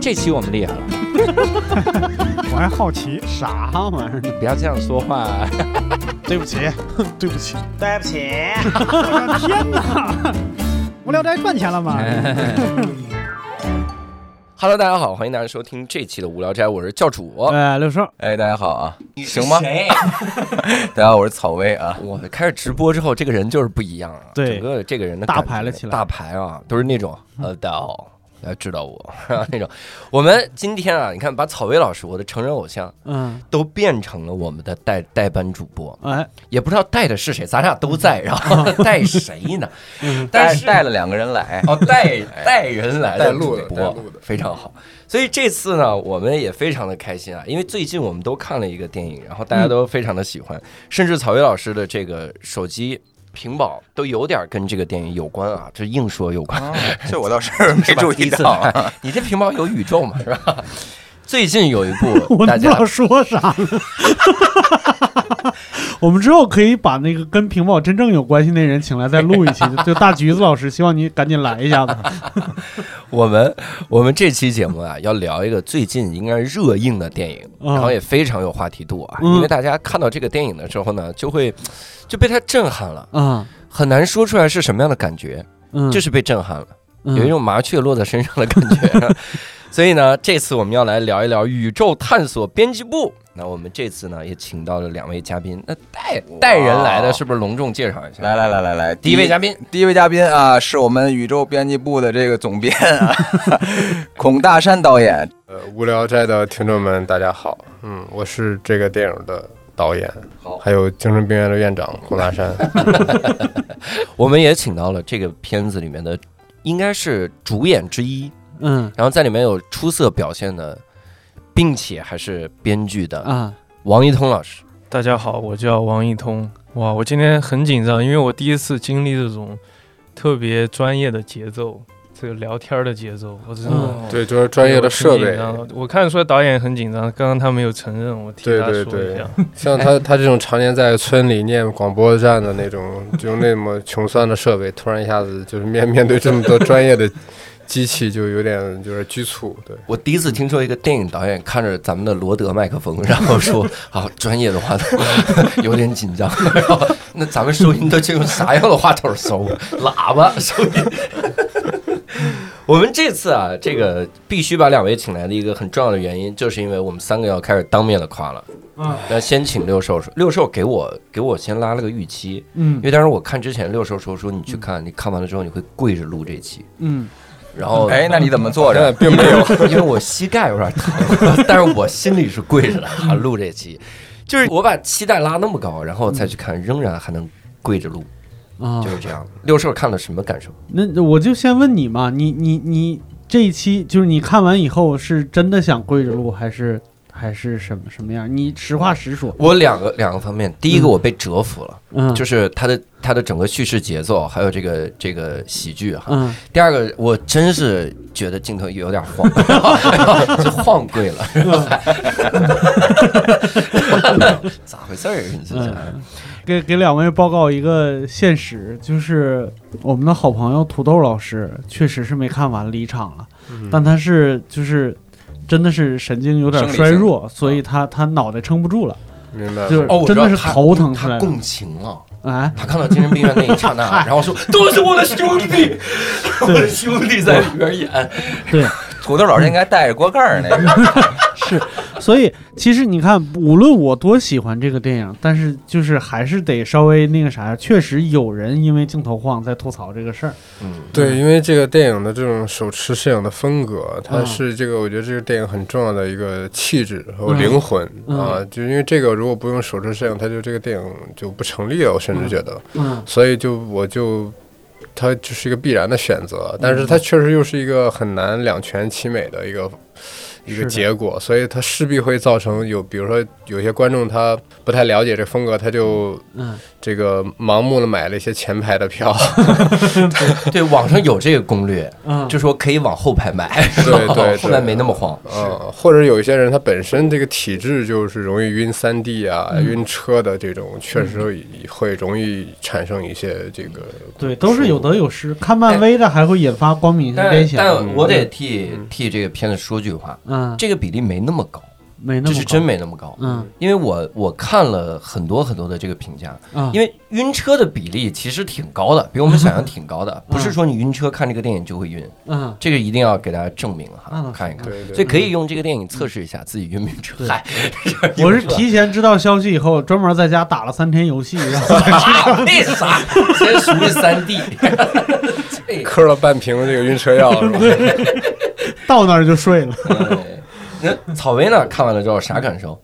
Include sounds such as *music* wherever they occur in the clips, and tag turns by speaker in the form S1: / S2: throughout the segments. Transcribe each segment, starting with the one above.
S1: 这期我们厉害
S2: *laughs*
S1: 了，
S3: 我还好奇，
S4: 啥玩意儿？
S1: 不要这样说话。
S5: 对不起，对不起，
S6: 对不起，
S3: 我的哎天哪！无聊斋赚钱了吗？
S2: *laughs* 哎 Hello，大家好，欢迎大家收听这期的无聊斋，我是教主。
S4: 哎，六兽，
S2: 哎，大家好啊，行吗？ *laughs* 大家好，我是草薇啊。我开始直播之后，这个人就是不一样啊，
S4: 对
S2: 整个这个人的
S4: 大
S2: 感觉
S4: 牌了起来嗯
S2: 大牌啊，都是那种呃，大家好，大家知道我 *laughs* 那种。我们今天啊，你看，把草薇老师，我的成人偶像，
S4: 嗯，
S2: 都变成了我们的代代班主播，
S4: 哎，
S2: 也不知道带的是谁，咱俩都在，
S3: *laughs*
S2: 然后带谁呢？但
S3: 嗯
S7: 带
S2: 是
S7: 带了两个人来，
S2: 哦，带 *laughs* 带人来
S7: 带
S2: 主
S7: 路的带
S2: 播
S7: 路的
S2: 非常好。所以这次呢，我们也非常的开心啊，因为最近我们都看了一个电影，然后大家都非常的喜欢，
S3: 嗯
S2: 甚至草薇老师的这个手机。屏保都有点跟这个电影有关啊，这硬说有
S7: *laughs*
S2: 关，
S7: 哦这我倒是没注意到啊。
S2: 啊。你这屏保有宇宙嘛，是吧？最近有一部
S3: *laughs* 我都
S2: 大
S3: 不知
S2: 家
S3: 道说啥了。 *laughs* 我们之后可以把那个跟屏保真正有关系那人请来再录一
S2: *laughs*
S3: 期，就就大橘子老师，希望你赶紧来一下子。
S2: 我们我们这期节目啊，要聊一个最近应该热映的电影，
S3: 嗯
S2: 然后也非常有话题度啊，
S3: 嗯
S2: 因为大家看到这个电影的时候呢，就会就被它震撼了，
S3: 啊，
S2: 很难说出来是什么样的感觉，
S3: 嗯，
S2: 嗯就是被震撼了，
S3: 嗯
S2: 有一种麻雀落在身上的感觉。啊 *laughs* 所以呢，这次我们要来聊一聊宇宙探索编辑部。那我们这次呢，也请到了两位嘉宾。那带带人来的，是不是隆重介绍一下？
S7: 来来来来来，
S2: 第一位嘉宾，
S7: 第一位嘉宾啊，是我们宇宙编辑部的这个总编啊， *laughs* 孔大山导演。
S8: 呃，无聊斋的听众们，大家好，嗯，我是这个电影的导演，
S7: 好
S8: 还有精神病院的院长孔大山，
S2: 我们也请到了这个片子里面的，应该是主演之一，
S4: 嗯，
S2: 然后在里面有出色表现的，并且还是编剧
S3: 嗯
S2: 的
S4: 啊，
S2: 王一通老师。
S9: 大家好，我叫王一通。哇，我今天很紧张，因为我第一次经历这种特别专业的节奏，这个聊天儿的节奏，我真的、
S4: 嗯
S8: *laughs* 对，就是专业的设
S9: 哎我挺
S8: 备
S9: 紧，张的。我看出来导演很紧张，刚刚他没有承认，我替他
S8: 对对
S9: 说一 *laughs* 下。
S8: 像他他这种常年在村里念广播站的那种， *laughs* 就那么穷酸的设备，突然一下子就是面面对这么多专业的机器，就有点就是局促，对，
S2: 我第一次听说一个电影导演看着咱们的罗德麦克风，然后说：“啊，专业的 *laughs* 话筒有点紧张。” *laughs* 然后那咱们收音都就用啥样的话筒收？喇叭收音。 *laughs* 我们这次啊，这个必须把两位请来的一个很重要的原因，就是因为我们三个要开始当面的夸了。
S3: 嗯，
S2: 那先请六兽说，六兽给我给我先拉了个预期，
S3: 嗯
S2: 因为当时我看之前六兽说说你去看，你看完了之后你会跪着录这期，
S3: 嗯，
S2: 然后
S7: 哎，那你怎么坐着？
S2: 呃并没有， *laughs* 因为我膝盖有点疼，但是我心里是跪着的啊录这期，就是我把期待拉那么高，然后再去看，仍然还能跪着录，
S3: 啊
S2: 就，是这样。六兽看了什么感受？
S3: 那我就先问你嘛，你你你这一期就是你看完以后是真的想跪着录，还是还是什么什么样？你实话实说。
S2: 我两个两个方面，第一个我被折服了，
S3: 嗯，
S2: 就是是他的他的整个叙事节奏，还有这个这个喜剧哈。
S3: 嗯
S2: 第二个，我真是觉得镜头有点晃， *laughs* 然后然后就晃跪了， *laughs* 然后还咋回事儿？你这是
S3: 嗯，给给两位报告一个现实，就是我们的好朋友土豆老师确实是没看完离场了，
S2: 嗯
S3: 但他是就是真的是神经有点
S7: 生理性
S3: 衰弱，所以他他脑袋撑不住了，
S8: 明白了，
S3: 就是
S2: 啊哦，我
S3: 真
S2: 知道
S3: 的是
S2: 他
S3: 头疼起
S2: 他
S3: 来了。
S2: 共情了，
S3: 哎，
S2: 他看到精神病院那一刹那，然后说都是我的兄弟，我的兄弟在里边演，
S7: *laughs* 土豆老师应该带着锅盖儿那个。
S3: 所以其实你看，无论我多喜欢这个电影，但是就是还是得稍微那个啥，确实有人因为镜头晃在吐槽这个事儿。
S2: 嗯，
S8: 对，因为这个电影的这种手持摄影的风格，它
S3: 嗯
S8: 是这个我觉得这个电影很重要的一个气质和
S3: 嗯
S8: 灵魂、
S3: 嗯
S8: 啊，就因为这个如果不用手持摄影，它就这个电影就不成立了，我甚至觉得，
S3: 嗯
S8: 所以就我就它
S3: 嗯
S8: 就是一个必然的选择，但是它确实又是一个很难两全其美的一个。一
S3: 是
S8: 个
S3: 的
S8: 结果，所以它势必会造成有，比如说有些观众他不太了解这风格，他就
S3: 嗯，
S8: 这个盲目的买了一些前排的票，
S2: 对，网上有这个攻略，
S3: 嗯
S2: 就说可以往后排买，
S8: 对
S2: *laughs*
S8: 对
S2: 后排没那么慌。
S8: 嗯，或者有一些人他本身这个体质就是容易晕三 D 啊、
S7: 嗯
S8: 晕车的这种，确实会容易产生一些这个
S3: 对，都是有得有失。看漫威的还会引发光明
S2: 但
S3: 联想，
S2: 但我
S8: 嗯
S2: 得替替这个片子说句话，
S3: 嗯，
S2: 这个比例没那么高，
S3: 没那
S2: 这
S3: 么
S2: 是真
S3: 高，
S2: 没那么高。
S3: 嗯
S2: 因为我我看了很多很多的这个评价，
S3: 啊，
S2: 因为晕车的比例其实挺高的，比我们想象挺高的，不是说你晕车看这个电影就会晕，
S3: 嗯
S2: 这个一定要给大家证明哈，
S3: 嗯
S2: 看一看。
S8: 对对
S2: 所以可以用这个电影测试一下自己晕不晕车。 *laughs* 嗨，
S3: 我是提前知道消息以后，专门在家打了三天游戏，然后
S2: 啊为啥？先熟悉三 D，这
S8: 嗑了半瓶这个晕
S7: *laughs*
S8: 车药是吧？
S3: 到那儿就睡了。
S2: 对呃那草薇呢？看完了之后啥感受？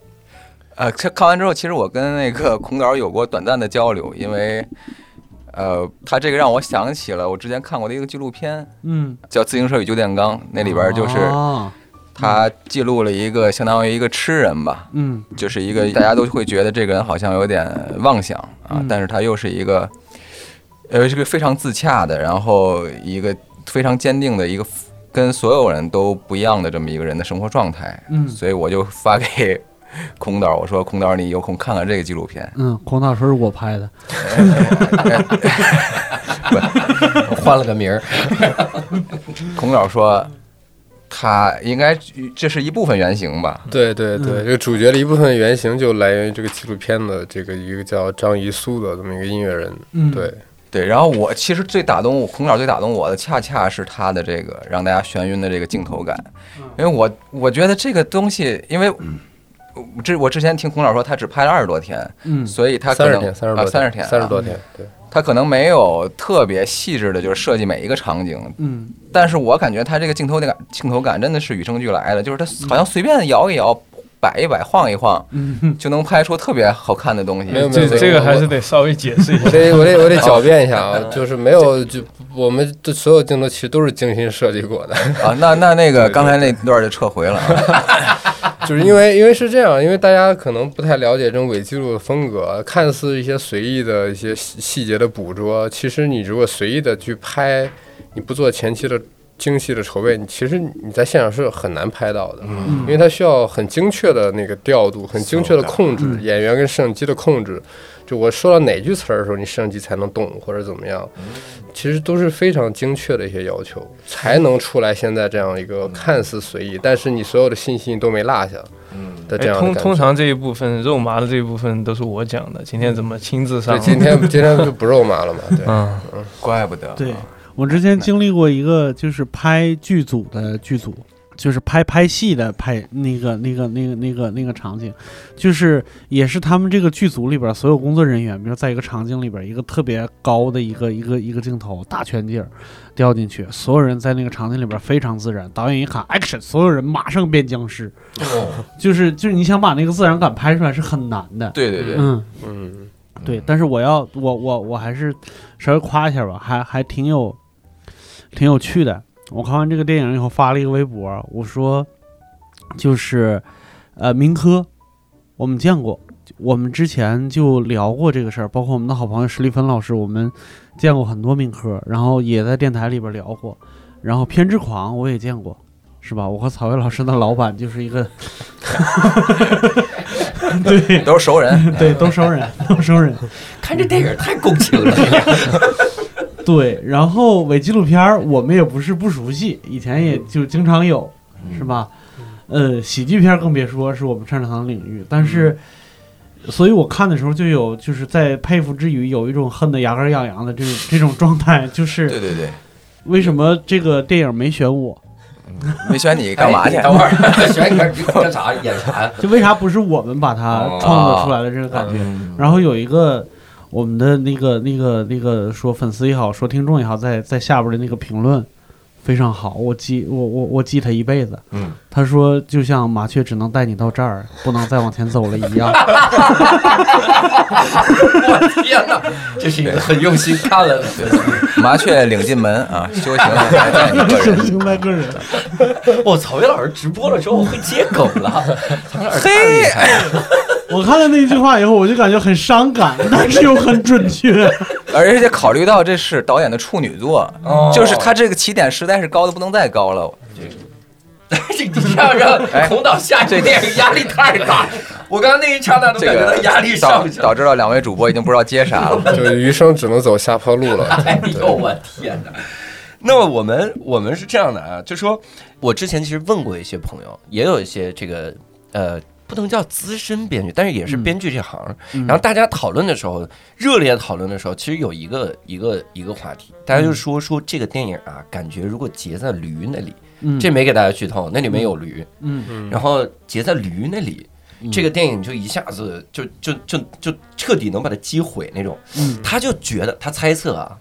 S7: 呃，这看完之后，其实我跟那个孔导有过短暂的交流，因为，呃，他这个让我想起了我之前看过的一个纪录片，
S3: 嗯，
S7: 叫《自行车与旧电钢》，那里边就是
S3: 啊
S7: 他记录了一个相当于一个痴人吧，
S3: 嗯
S7: 就是一个大家都会觉得这个人好像有点妄想啊
S3: 嗯，
S7: 但是他又是一个，呃，是个非常自洽的，然后一个呃非常坚定的一个跟所有人都不一样的这么一个人的生活状态，
S3: 嗯，
S7: 所以我就发给孔导，我说孔导，你有空看看这个纪录片
S3: 嗯，孔大春是我拍的，
S2: 我换了个名儿，
S7: 孔导说。他应该，这是一部分原型吧？
S8: 对对
S7: 嗯
S8: 对，这个主角的一部分原型就来源于这个纪录片的这个一个叫张怡苏的这么一个音乐人，
S3: 嗯，
S8: 对，
S7: 对，然后我其实最打动我，孔导最打动我的，恰恰是他的这个让大家眩晕的这个镜头感，因为我我觉得这个东西，因为我之我之前听孔导说他只拍了二十多天，
S3: 嗯
S7: 所以他可
S8: 三十
S7: 能
S8: 天，三十
S7: 啊
S8: 多
S7: 三十
S8: 天，
S7: 天
S8: 三十多
S7: 啊
S8: 天，对，
S7: 他可能没有特别细致的，就是设计每一个场景，
S3: 嗯
S7: 但是我感觉他这个镜头的感镜头感真的是与生俱来的，就是他好像随便摇一摇、摆一摆、晃一晃，
S3: 嗯，
S7: 就能拍出特别好看的东西。
S8: 没有没
S9: 这
S8: 有，
S9: 这个还是得稍微解释
S8: *laughs*
S9: 一下。
S8: 所以我得
S7: *laughs*
S8: 我得狡辩一下
S7: 嗯
S8: 啊，就是没有就我们的所有镜头其实都是精心设计过的，
S7: 啊，那那那个刚才那段就撤回了啊。
S8: 就是因为因为是这样，因为大家可能不太了解这种伪纪录的风格，看似一些随意的一些细细节的捕捉，其实你如果随意的去拍，你不做前期的精细的筹备，你其实你在现场是很难拍到的，
S2: 嗯
S9: 嗯
S8: 因为它需要很精确的那个调度，很精确的控制
S9: 嗯
S8: 演员跟摄影机的控制。就我说到哪句词儿的时候，你摄影机才能动或者怎么样，
S9: 嗯
S8: 其实都是非常精确的一些要求，才能出来现在这样一
S9: 嗯
S8: 个看似随意，但是你所有的信息你都没落下
S2: 嗯
S8: 的这
S9: 哎，
S8: 样的
S9: 通
S8: 感觉。
S9: 通常这一部分肉麻的这一部分都是我讲的，今天怎么亲自上
S8: 对，
S9: 了？
S8: 今天今天就不肉麻了嘛，对，
S9: 嗯，
S7: 怪不得。啊
S3: 对，我之前经历过一个就是拍剧组的剧组，就是拍拍戏的拍那个那个那个那个那个场景，就是也是他们这个剧组里边所有工作人员，比如在一个场景里边一个特别高的一个一个一个镜头大全景儿掉进去，所有人在那个场景里边非常自然，导演一喊 action，所有人马上变僵尸，就是就是你想把那个自然感拍出来是很难的，
S7: 对对对，
S3: 嗯。
S8: 嗯，
S3: 对，但是我要我我我还是稍微夸一下吧，还还挺有挺有趣的。我看完这个电影以后发了一个微博，我说就是呃，民科我们见过，我们之前就聊过这个事儿，包括我们的好朋友史立芬老师，我们见过很多民科，然后也在电台里边聊过，然后偏执狂我也见过。是吧？我和曹薇老师的老板就是一个， *laughs*
S2: *laughs*
S3: 对 *laughs*
S7: 都是熟人。
S3: 对，都熟人，都熟人。
S2: 看这电影太共情了。 *laughs*
S3: 对，然后伪纪录片儿我们也不是不熟悉，以前也就经常有，是吧？呃，喜剧片儿更别说是我们擅长的领域，但是，所以我看的时候就有就是在佩服之余，有一种恨得牙根痒痒的这种这种状态，就是
S7: *laughs* 对对对，
S3: 为什么这个电影没选我？
S7: 没选你干嘛
S2: *laughs*
S7: 去？
S2: 哎等会儿，选你干啥？ *laughs* 眼馋。
S3: *laughs* 就为啥不是我们把它
S2: 哦
S3: 创作出来的这个感觉？
S2: 嗯
S3: 然后有一个我们的那个那个那个说粉丝也好，说听众也好，在在下边的那个评论，非常好，我记我我我记他一辈子。
S2: 嗯，
S3: 他说就像麻雀只能带你到这儿，不能再往前走了一
S2: *laughs*
S3: 样。
S2: 天哪，这是一个很用心看了的。
S7: 麻雀领进门啊，修行还在你个
S2: *laughs*
S7: 人。
S3: 明白个人，
S2: 我曹云老师直播了之后，我会接梗了。
S7: *laughs*
S2: 曹云老师太
S7: 嘿
S2: 厉害了，
S3: 我看了那句话以后，我就感觉很
S2: *laughs*
S3: 伤感，但是又很准确。
S7: 而且考虑到这是导演的处女作，
S2: 哦
S7: 就是他这个起点实在是高的不能再高了。哎
S2: 你这样让孔导下这电影压力太大。我刚刚那一刹那都
S7: 这
S2: 感觉
S7: 个
S2: 到压力
S7: 导
S2: 上去了。
S7: 导致到两位主播已经不知道接
S2: *laughs*
S7: 啥了。
S8: 嗯就余生只能走下坡路了。
S2: 哎呦我天哪！那么我们我们是这样的啊，就说我之前其实问过一些朋友，也有一些这个呃。不能叫资深编剧，但是也
S7: 嗯
S2: 是编剧这行。然后大家讨论的时候，热烈讨论的时候，其实有一个一个一个话题，大家
S7: 嗯
S2: 就说说这个电影啊，感觉如果结在驴那里，*laughs*
S3: 嗯
S2: 这没给大家剧透，那里面有驴，
S3: 嗯
S8: 嗯
S2: 然后结在驴那里，这个电影就一下子就就就就彻底能把它击毁那种。 *laughs*
S3: 嗯
S2: 他就觉得他猜测啊，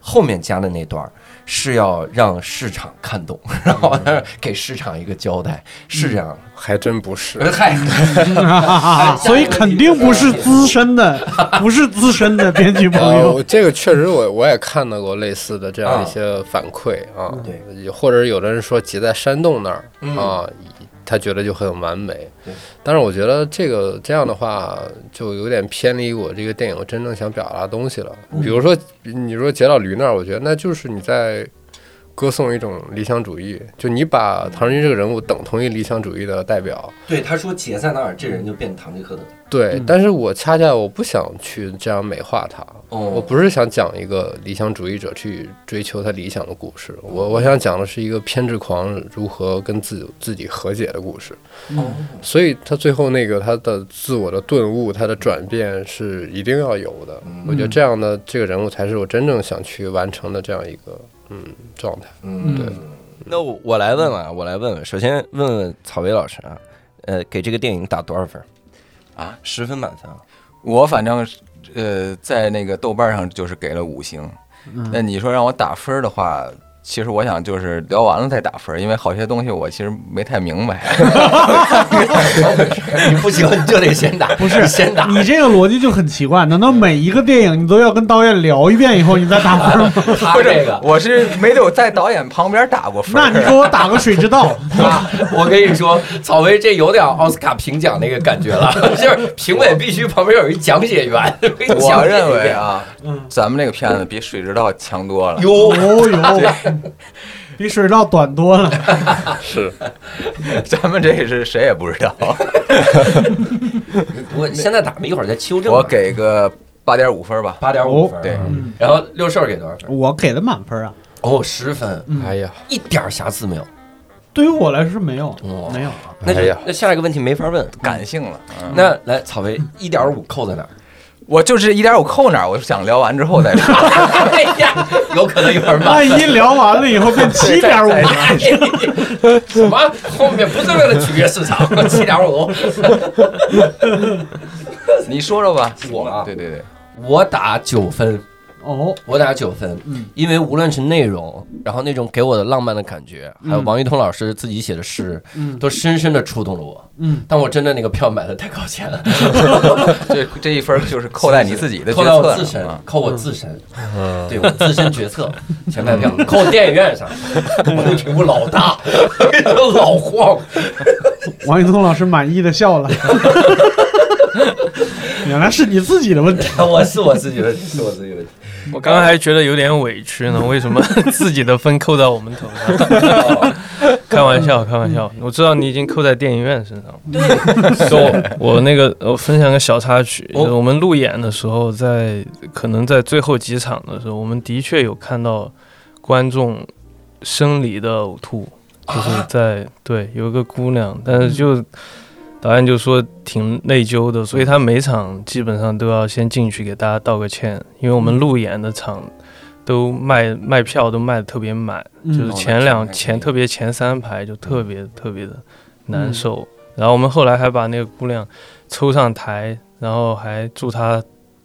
S2: 后面加的那段儿是要让市场看懂，然后他 *laughs* 给市场一个交代，是这样的。
S8: 还真不是，
S2: 嗯太哎
S3: 所以肯定不是资深的，不是资深的
S2: *laughs*
S3: 编剧朋
S8: 呃，
S3: 友。
S8: 我这个确实我我也看到过类似的这样一些反馈啊，
S2: 嗯对
S8: 也或者有的人说结在山洞那儿
S2: 嗯
S8: 啊，他觉得就很完美
S2: 对。
S8: 但是我觉得这个这样的话就有点偏离我这个电影真正想表达的东西了。
S2: 嗯
S8: 比如说你说结到驴那儿，我觉得那就是你在。歌颂一种理想主义，就你把唐人街这个人物等同于理想主义的代表，
S2: *laughs* 对，他说结在那儿，这人就变唐吉诃德。
S8: 对。
S2: 嗯
S8: 但是我恰恰我不想去这样美化他，我
S2: 哦，
S8: 不是想讲一个理想主义者去追求他理想的故事，我我想讲的是一个偏执狂如何跟自自己和解的故事。所以他最后那个他的自我的顿悟，他的转变是一定要有的。我觉得这样的这个人物才是我真正想去完成的这样一个嗯状态。
S2: 嗯，对。那我我来问啊问，我来问问，首先问问草薇老师啊，呃，给这个电影打多少分？
S7: 啊，
S2: 十分满分啊。
S7: 我反正呃，在那个豆瓣上就是给了五星。
S2: 嗯
S7: 那你说让我打分儿的话，其实我想就是聊完了再打分儿，因为好些东西我其实没太明白。
S2: 你不行，你就得先
S9: 嗯
S2: 打，不是先打。
S3: 你这个逻辑就很奇怪，难道每一个电影你都要跟导演聊一遍以后你再打 *laughs* 分吗？
S2: 他
S7: 不
S2: 这
S7: 是
S2: 个，，
S7: *laughs* 我是没有在导演旁边打过分
S3: 那
S7: 儿。
S3: 你给我打个水之 *laughs* 道，
S2: 啊，我跟你说，草薇这有点奥斯卡评奖那个感觉了，就是评委必须旁边有一讲解员，给你
S7: *laughs* 我
S2: 讲解
S7: 认
S2: 一嗯
S7: 为
S2: 遍。
S7: 啊，咱们这个片子比《水之道》强多了。
S3: 哟哦哟， *laughs* 比水之道短多 *laughs* 了。
S7: *laughs* 咱们这是谁也
S2: *laughs*
S7: 不知道。
S2: 哎我现在打吧，一会儿再修正吧。
S7: 我给个八点五分儿吧。嗯
S2: 八点五分，嗯
S7: 对，
S2: 然后六兽给多少分？
S3: 我给的满分啊，
S2: 哦，十分，
S8: 哎呀，
S2: 一点瑕疵没有。
S3: 对于我来说没有
S2: 哇，
S3: 没有。啊
S2: 那就
S8: 哎呀
S2: 那下一个问题没法问。
S7: 感性了，嗯
S2: 那来，草薇一点五扣在哪儿？ *laughs*
S7: 我就是一点五扣哪儿，我想聊完之后再
S2: *laughs*
S7: 说。
S2: 哎呀，有可能一会儿骂
S3: 万一聊完了以后变七点五了，
S2: 哎什么？后面不是为了取悦市场，七点五。 *laughs*
S7: 你说说吧，
S2: *laughs* 我啊
S7: 对对对，
S2: 我打九分，
S3: *laughs* 哦，
S2: 我打九分，
S3: 嗯
S2: 因为无论是内容，然后那种给我的浪漫的感觉，还有王一通老师自己写的诗，
S3: 嗯
S2: 都深深的触动了我。
S3: 嗯，
S2: 但我真的那个票买的太靠前了， *laughs*
S7: 这这一分就是扣在你自己的决
S2: 扣到
S7: 策
S2: 我
S7: 上
S2: 自身
S7: 啊，
S2: 扣我自身，对我自身决策前买票，扣电影院上，我那群老大， *laughs* 老晃，
S3: 王一聪老师满意的笑 *laughs* 了。原来是你自己的问题，
S2: 我是我自己的，是我自己的。
S9: *laughs* 我刚刚还觉得有点委屈呢，为什么 *laughs* 自己的分扣到我们头上？ *laughs* 开玩笑，开玩笑，我知道你已经扣在电影院身上。 *laughs* 对，我我那个我分享个小插曲，就是我们路演的时候在，可能在最后几场的时候，我们的确有看到观众生理的呕吐，就是在、对有一个姑娘，但是就。导演就说挺内疚的，所以他每场基本上都要先进去给大家道个歉，因为我们路演的场都卖卖票都卖的特别满，
S3: 嗯
S9: 就是前两前特别前三排就特别特别的难受。然后我们后来还把那个姑娘抽上台，然后还祝她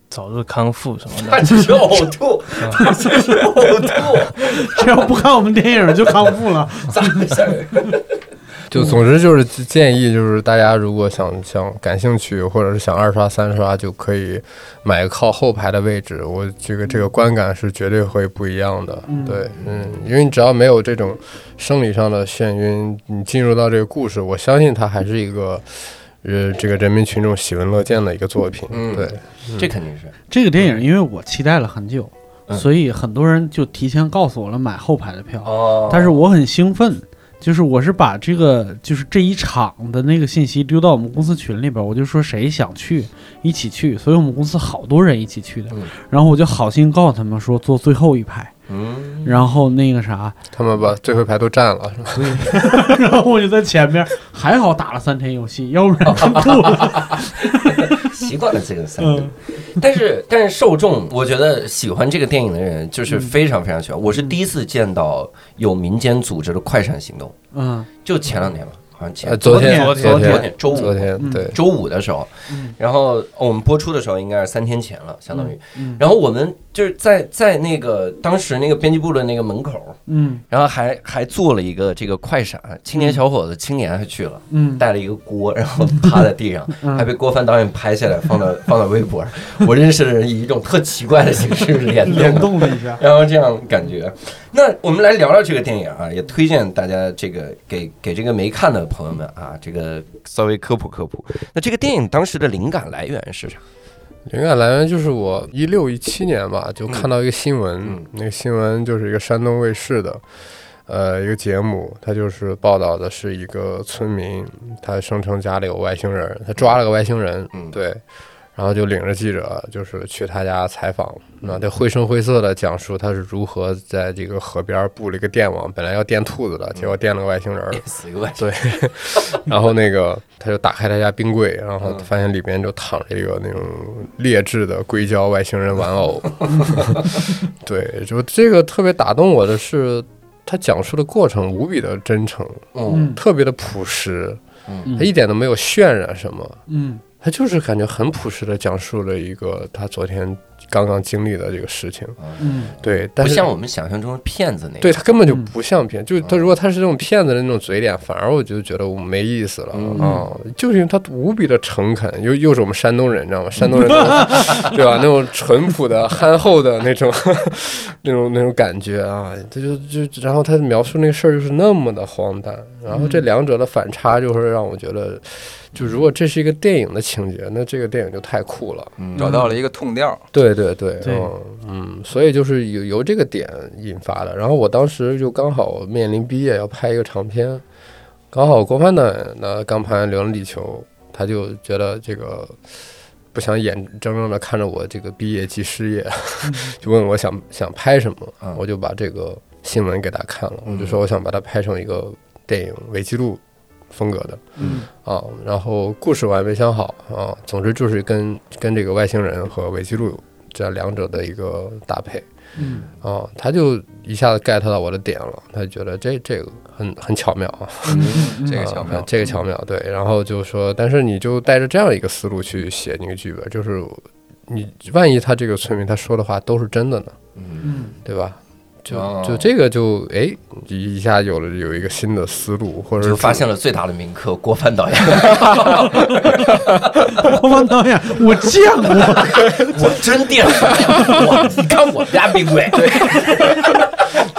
S9: 早日康复
S7: *laughs*
S9: 什么的。
S2: 他只 *laughs* 是呕吐，他只是呕吐，
S3: 只要不看我们电影就康复了。
S2: 咋回
S7: *laughs*
S2: 事儿？
S8: 就总之就是建议，就是大家如果想想感兴趣，或者是想二刷三刷，就可以买个靠后排的位置。我这个这个观感是绝对会不一样的。对，嗯，因为你只要没有这种生理上的眩晕，你进入到这个故事，我相信它还是一个呃这个人民群众喜闻乐见的一个作品。
S2: 嗯
S8: 对，
S2: 这肯定是
S3: 这个电影因为我期待了很久，
S2: 嗯
S3: 所以很多人就提前告诉我了买后排的票，
S2: 哦
S3: 但是我很兴奋。就是我是把这个就是这一场的那个信息丢到我们公司群里边，我就说谁想去一起去，所以我们公司好多人一起去的
S2: 嗯，
S3: 然后我就好心告诉他们说坐最后一排，
S2: 嗯，
S3: 然后那个啥，
S8: 他们把最后一排都占了，是吧
S3: 然后我就在前面，还好打了三天游戏，要不
S2: 哦
S3: 然就吐了。
S2: 习惯了这个三度
S3: 嗯。
S2: 但是但是受众，我觉得喜欢这个电影的人就是非常非常喜欢。我是第一次见到有民间组织的快闪行动，
S3: 嗯
S2: 就前两天吧，好像前
S8: 呃，昨天
S9: 昨
S8: 呃昨
S9: 天
S2: 昨
S8: 天
S2: 天周五
S8: 昨天
S3: 嗯
S8: 对。
S2: 周五的时候，然后哦我们播出的时候应该是三天前了，相当于
S3: 嗯嗯。
S2: 然后我们就是在在那个当时那个编辑部的那个门口，
S3: 嗯
S2: 然后还还做了一个这个快闪，青年小伙子青年还去了。
S3: 嗯，
S2: 带了一个锅，然后趴在地上，
S3: 嗯
S2: 还被郭帆导演拍下来，放到 *laughs* 放到微博。我认识的人以一种特奇怪的形式联动，
S3: 联动了一下。
S2: 然后这样感觉。那我们来聊聊这个电影啊，也推荐大家这个给给这个没看的朋友们啊，这个稍微科普科普。那这个电影当时的灵感来源是啥？
S8: 灵感来源就是我一六一七年吧，就
S2: 嗯
S8: 看到一个新闻，
S2: 嗯
S8: 那个新闻就是一个山东卫视的，呃，一个节目，它就是报道的是一个村民，他声称家里有外星人，他抓了个外星人，
S2: 嗯
S8: 对，然后就领着记者就是去他家采访，那他绘声绘色的讲述他是如何在这个河边布了一个电网，本来要电兔子的，
S2: 嗯
S8: 结果电了个外星人，
S2: 死一个外星
S8: 对，
S2: *laughs*
S8: 然后那个他就打开他家冰柜，然
S2: 嗯
S8: 后发现里边就躺着一个那种劣质的硅胶外星人玩
S2: *laughs*
S8: 偶。 *laughs* 对，就这个特别打动我的是，他讲述的过程无比的真诚，
S2: 嗯
S3: 嗯
S8: 特别的朴实，
S2: 嗯
S8: 他一点都没有渲染什么，
S3: 嗯
S8: 他就是感觉很朴实的讲述了一个他昨天刚刚经历的这个事情。
S3: 嗯
S8: 对，但
S2: 不
S8: 是
S2: 像我们想象中的骗子那样。
S8: 对他根本就不像骗，就是他如果他是那种骗子的那种嘴脸，反而我就觉得我没意思了
S2: 嗯
S8: 啊、就是因为他无比的诚恳，又又是我们山东人，你知道吗？山东人那种对吧？那种淳朴的、憨厚的那种、 *laughs* 那种、那种感觉啊，他就就然后他描述那个事儿就是那么的荒诞，然后这两者的反差就会让我觉得，就如果这是一个电影的情节，那这个电影就太酷了。
S7: 嗯找到了一个痛调。
S8: 对对对，
S3: 对
S8: 嗯嗯，所以就是由由这个点引发的。然后我当时就刚好面临毕业要拍一个长片，刚好郭帆导演呢刚拍完《流浪地球》，他就觉得这个不想眼睁睁的看着我这个毕业即失业，
S3: 嗯
S8: *laughs* 就问我想想拍什么，
S3: 啊
S2: 嗯
S8: 我就把这个新闻给他看了，
S2: 嗯
S8: 我就说我想把它拍成一个电影伪纪录风格的。
S3: 嗯
S8: 啊，然后故事我还没想好啊。总之就是跟跟这个外星人和伪纪录这两者的一个搭配
S3: 嗯
S8: 啊，他就一下子 get 到我的点了，他就觉得这这个很很巧妙啊，
S3: 嗯
S7: 这个
S8: 啊
S7: 巧妙
S8: 这个巧妙，对。然后就说，但是你就带着这样一个思路去写那个剧本，就是你万一他这个村民他说的话都是真的呢，
S2: 嗯，
S3: 嗯
S8: 对吧？就
S2: 哦
S8: 就这个就哎一下有了有一个新的思路，或者
S2: 就是发现了最大的民科郭帆导演，
S3: *laughs* 郭帆导演，我见过，
S2: 我真电视，我你看我们家冰柜，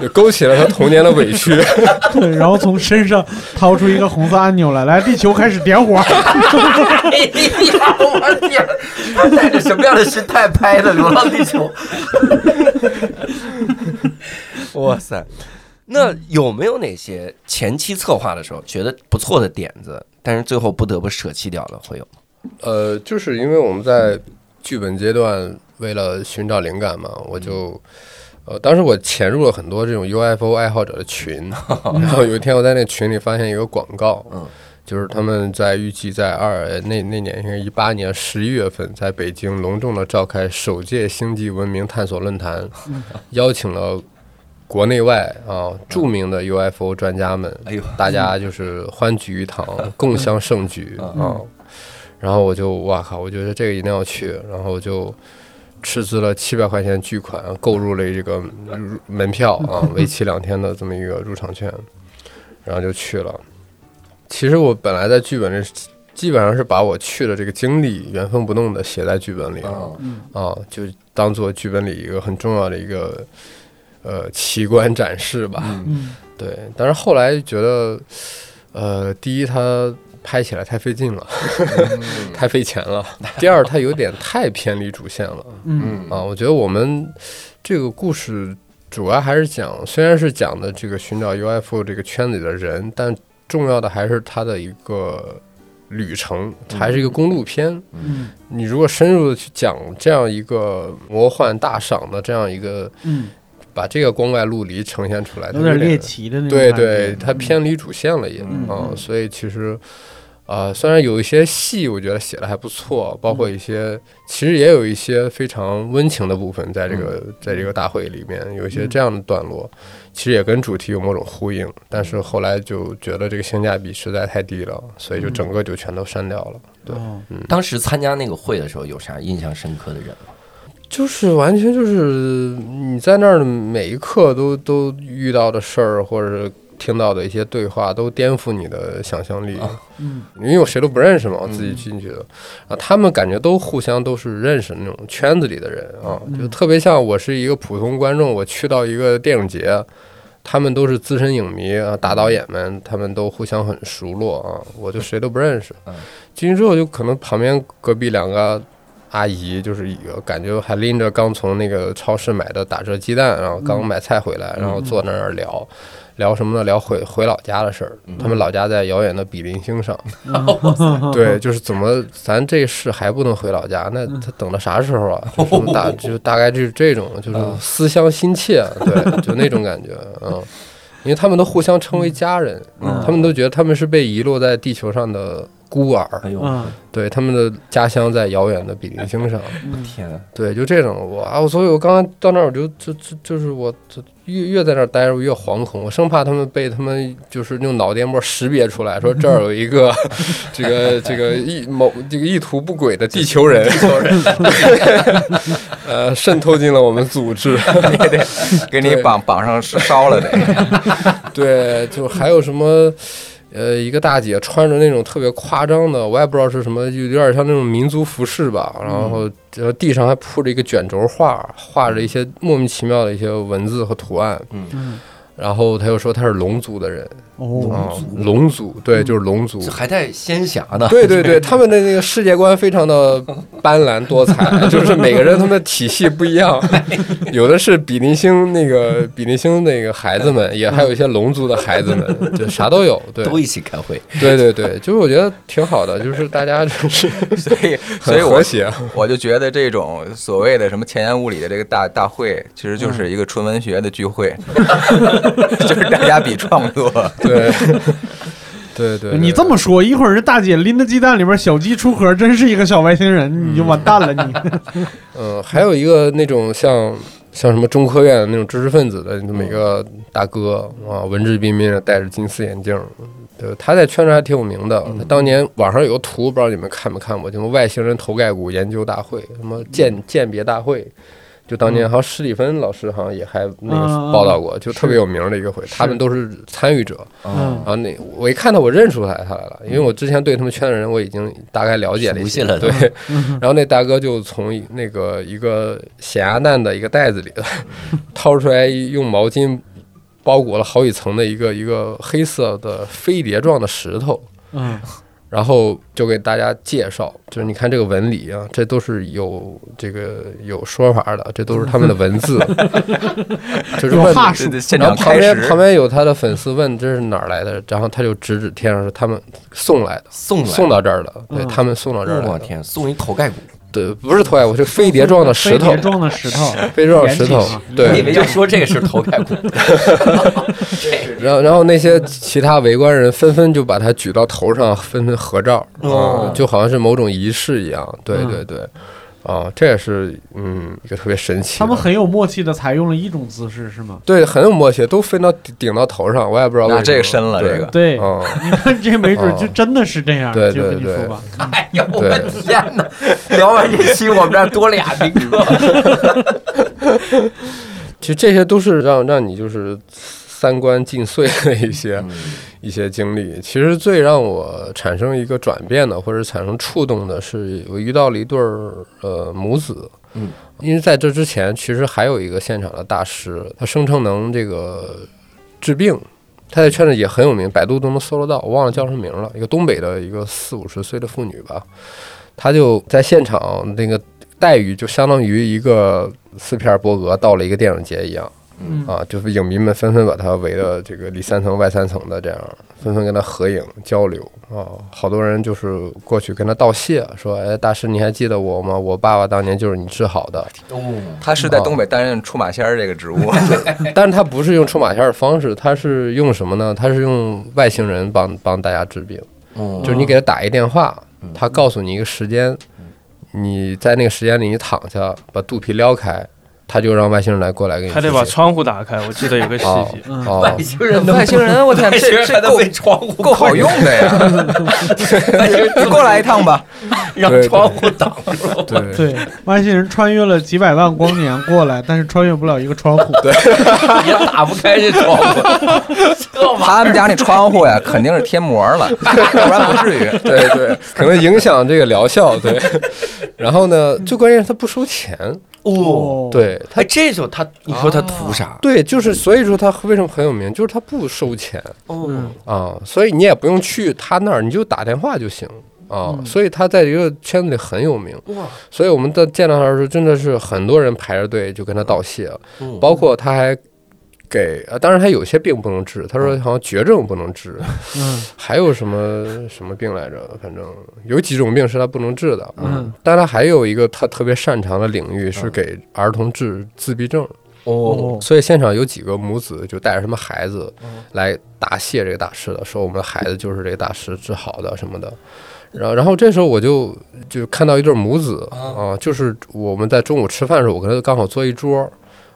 S8: 就勾起了他童年的委屈。
S3: *laughs* 对，然后从身上掏出一个红色按钮来，来，地球开始点火。
S2: 哎呀，我天，他带着什么样的心态拍的《流浪地球》？ *laughs* 哇塞！那有没有哪些前期策划的时候觉得不错的点子，但是最后不得不舍弃掉的会有？
S8: 呃，就是因为我们在剧本阶段为了寻找灵感嘛，我就。呃，当时我潜入了很多这种 UFO 爱好者的群，然后有一天我在那群里发现一个广告，
S2: 嗯，
S8: 就是他们在预计在二呃那那年应该一八年十一月份，在北京隆重的召开首届星际文明探索论坛，邀请了国内外啊著名的 UFO 专家们，
S2: 哎呦，
S8: 大家就是欢聚
S2: *laughs*
S8: 一堂，共襄
S2: 嗯
S8: 盛举啊、然后我就哇靠，我觉得这个一定要去，然后我就斥资了七百块钱巨款购入了这个入门票
S2: *laughs*
S8: 啊，为期两天的这么一个入场券，然后就去了。其实我本来在剧本里基本上是把我去的这个经历原封不动的写在剧本里了
S2: 啊，
S8: 啊，就当做剧本里一个很重要的一个呃奇观展示吧。
S3: 嗯
S8: 对，但是后来觉得，呃，第一它拍起来太费劲了，
S3: 嗯
S8: *laughs* 太费钱了；第二它有点太偏离主线了
S3: 嗯
S2: 嗯
S8: 啊。我觉得我们这个故事主要还是讲，虽然是讲的这个寻找 UFO 这个圈子里的人，但重要的还是它的一个旅程，它还是一个公路片。
S3: 嗯
S8: 你如果深入的去讲这样一个魔幻大赏的这样一个，
S3: 嗯，
S8: 把这个光怪陆离呈现出来，它
S3: 有点
S8: 有
S3: 猎奇的那种
S8: 哎对
S3: 感觉。
S8: 对，它偏离主线了也
S3: 嗯
S8: 啊，所以其实啊，虽然有一些戏我觉得写的还不错，包
S3: 嗯
S8: 括一些其实也有一些非常温情的部分，在这个
S3: 嗯
S8: 在这个大会里面有一些这样的段落，其实也跟主题有某种呼应，但是后来就觉得这个性价比实在太低了，
S3: 嗯
S8: 所以就整个就全都删掉了。对
S3: 哦
S2: 当时参加那个会的时候，有啥印象深刻的人吗？
S8: 就是完全就是你在那儿的每一刻都都遇到的事儿，或者是听到的一些对话，都颠覆你的想象力。
S3: 嗯
S8: 因为我谁都不认识嘛，我自己进去的，啊，他们感觉都互相都是认识那种圈子里的人啊，就特别像我是一个普通观众，我去到一个电影节，他们都是资深影迷啊，大导演们，他们都互相很熟络啊，我就谁都不认识
S2: 嗯，
S8: 进去之后就可能旁边隔壁两个。阿姨就是一个感觉还拎着刚从那个超市买的打折鸡蛋，然后刚买菜回来，然后坐那儿聊，聊什么呢？聊回回老家的事儿。他们老家在遥远的比邻星上，对，就是怎么咱这世还不能回老家？那他等到啥时候啊？就是大就大概就是这种，就是思乡心切，啊对，就那种感觉，嗯。因为他们都互相称为家人，他们都觉得他们是被遗落在地球上的孤儿，
S2: 哎呦，
S3: 嗯
S8: 对，他们的家乡在遥远的比邻星上，
S2: 天啊，
S8: 对，就这种我啊，我所以我刚刚到那儿我就就就就是我就越越在那儿待着我越惶恐，我生怕他们被他们就是用脑电波识别出来，说这儿有一 *laughs* 个这个这个意某这个意图不轨的地球人，地球人，呃，渗透进了我们组 *laughs* 织。
S2: 嗯
S7: 给你绑绑上烧
S2: *laughs*
S7: 了得。
S8: 对，就还有什么，呃，一个大姐穿着那种特别夸张的，我也不知道是什么，就有点像那种民族服饰吧。然后，然后地上还铺着一个卷轴画，画着一些莫名其妙的一些文字和图案。
S3: 嗯
S8: 然后他又说他是龙族的人，
S3: 哦，
S8: 啊，龙族，对，就是龙族。
S2: 这还在仙侠 *laughs* 呢，
S8: 对对对，他们的那个世界观非常的斑斓多彩，就是每个人他们的体系不一样，有的是比邻星那个比邻星那个孩子们，也还有一些龙族的孩子们，就啥都有。对
S2: 都一起开会，
S8: 对对对，就是我觉得挺好的，就是大家就是
S7: 所以，所以
S8: 很
S7: 我
S8: 和谐。
S7: *laughs* 我就觉得这种所谓的什么前言无理的这个大大会，其实就是一个纯文学的聚 *laughs* 会，就是大家比创作。
S8: 对对对，
S3: 你这
S8: 么
S3: 么说，一会儿这大姐拎着鸡蛋里边小鸡出壳，真是一个小外星人，你就完蛋了你。
S8: 嗯，还有一个那种像。像什么中科院的那种知识分子的那么一个大哥啊，文质彬彬的，戴着金丝眼镜，对，他在圈上还挺有名
S3: 嗯
S8: 的。他当年网上有个图，不知道你们看没看过，就是外星人头盖骨研究大会，什
S3: 嗯
S8: 么鉴鉴别大会，就当年好像施里芬老师好像也还那
S3: 嗯嗯
S8: 个报道过，就特别有名的一个会，他们都是参与者。
S3: 嗯
S8: 然后那我一看到我认出来他来了，因为我之前对他们圈的人我已经大概了解了一
S2: 熟
S8: 些，
S2: 悉了
S8: 对。
S3: 嗯
S8: 然后那大哥就从一那个一个咸鸭蛋的一个袋子里掏出来，用毛巾包裹了好几层的一个一个黑色的飞碟状的石头，
S3: 嗯
S8: 然后就给大家介绍，就是你看这个纹理啊，这都是有这个有说法的，这都是他们的文
S3: *laughs*
S8: 字，就是
S3: 有
S8: 问
S3: 话
S7: 这这现
S8: 然
S7: 场
S8: 后旁
S7: 开
S8: 边
S7: 始
S8: 旁边有他的粉丝问这是哪儿来的，然后他就指指天上说他们送来的，
S2: 送来哎
S8: 送到这儿的，对
S3: 嗯
S8: 他们送到这儿来
S2: 我
S8: 的，
S2: 天，送一头盖骨，
S8: 对，不是头盖骨，是飞碟状的石头
S3: 飞碟，撞的石
S8: *laughs*
S3: 头，
S8: 飞碟状石头
S3: 岩石啊，
S2: 我以
S8: 对。
S2: 为就说这个是头盖骨，
S8: 然后然后那些其他围观人纷纷就把它举到头上，纷纷合照，啊、
S2: 哦
S3: 嗯
S8: 就好像是某种仪式一样，对对对。啊，这也是嗯一个特别神奇的。
S3: 他们很有默契的采用了一种姿势，是
S8: *laughs*
S3: 吗？
S8: 对很有默契，都飞到顶顶到头上，我也不知道为什
S7: 那
S8: 么。
S7: 这个深了，
S8: 对
S7: 这个
S3: 对，
S8: 嗯，
S3: 你看这没准就真的是这样。
S8: 哦对
S3: 就
S8: 对
S3: 跟你说
S8: 对
S3: 吧，
S2: 哎呦，我的天哪！聊完这期，我们这儿多俩宾客。
S8: 其实这些都是让让你就是三观尽碎的一些、一些经历。其实最让我产生一个转变的，或者产生触动的是，我遇到了一对儿呃母子。
S2: 嗯，
S8: 因为在这之前，其实还有一个现场的大师，他声称能这个治病，他在圈子也很有名，百度都能搜得到，我忘了叫什么名了。一个东北的一个四五十岁的妇女吧，她就在现场那个待遇就相当于一个斯皮尔伯格到了一个电影节一样，
S3: 嗯
S8: 啊，就是影迷们纷纷把他围的这个里三层外三层的这样，纷纷跟他合影交流啊，好多人就是过去跟他道谢，说哎大师你还记得我吗？我爸爸当年就是你治好的，
S2: 哦
S7: 他是在东北担任出马仙儿这个职务， *laughs*
S8: 但是他不是用出马仙儿的方式，他是用什么呢？他是用外星人帮帮大家治病，
S2: 嗯
S8: 就是你给他打一电话，他告诉你一个时间，你在那个时间里你躺下，把肚皮撩开，他就让外星人来过来给你
S9: 还
S8: 治病。
S9: 得把窗户打开，我记得有个细
S8: 哦
S9: 节。
S8: 哦
S2: 外，星人能，
S7: 外星人，我天，
S2: 外星
S7: 这
S2: 人还
S7: 这
S2: 能
S7: 够
S2: 被窗户
S7: 够好哦用的呀！
S2: *laughs*
S7: 你过来一趟吧，
S2: 让窗户挡住。
S8: 对
S3: *laughs* 对，外星人穿越了几百万光年过来，但是穿越不了一个窗户。对，
S2: 也打不开这窗户。
S7: *laughs* 他们家那窗户 *laughs* 呀，肯定是贴膜了，要不然不至于。
S8: *laughs* 对对，可能影响这个疗效。对，然后呢，最关键是他不收钱。
S2: 哦，
S8: 对
S2: *laughs* 哎，
S8: 他，
S2: 这就他，你说他图啥？
S8: 对，就是所以说他为什么很有名，就是他不收钱
S2: 嗯，
S8: 啊，所以你也不用去他那儿，你就打电话就行。啊，所以他在一个圈子里很有名，
S2: 嗯哇，
S8: 所以我们在见到他的时候，真的是很多人排着队就跟他道谢，
S2: 嗯
S8: 包括他还给，呃当然他有些病不能治，他
S2: 嗯
S8: 说好像绝症不能治，
S3: 嗯
S8: 还有什么什么病来着？反正有几种病是他不能治的，
S3: 嗯，
S8: 但他还有一个他特别擅长的领域
S2: 嗯
S8: 是给儿童治自闭症，
S2: 哦，
S8: 所以现场有几个母子就带着他们孩子来答谢这个大师的，说我们的孩子就是这个大师治好的什么的。然后，然后这时候我就就看到一对母子啊、就是我们在中午吃饭的时候，我跟他刚好坐一桌，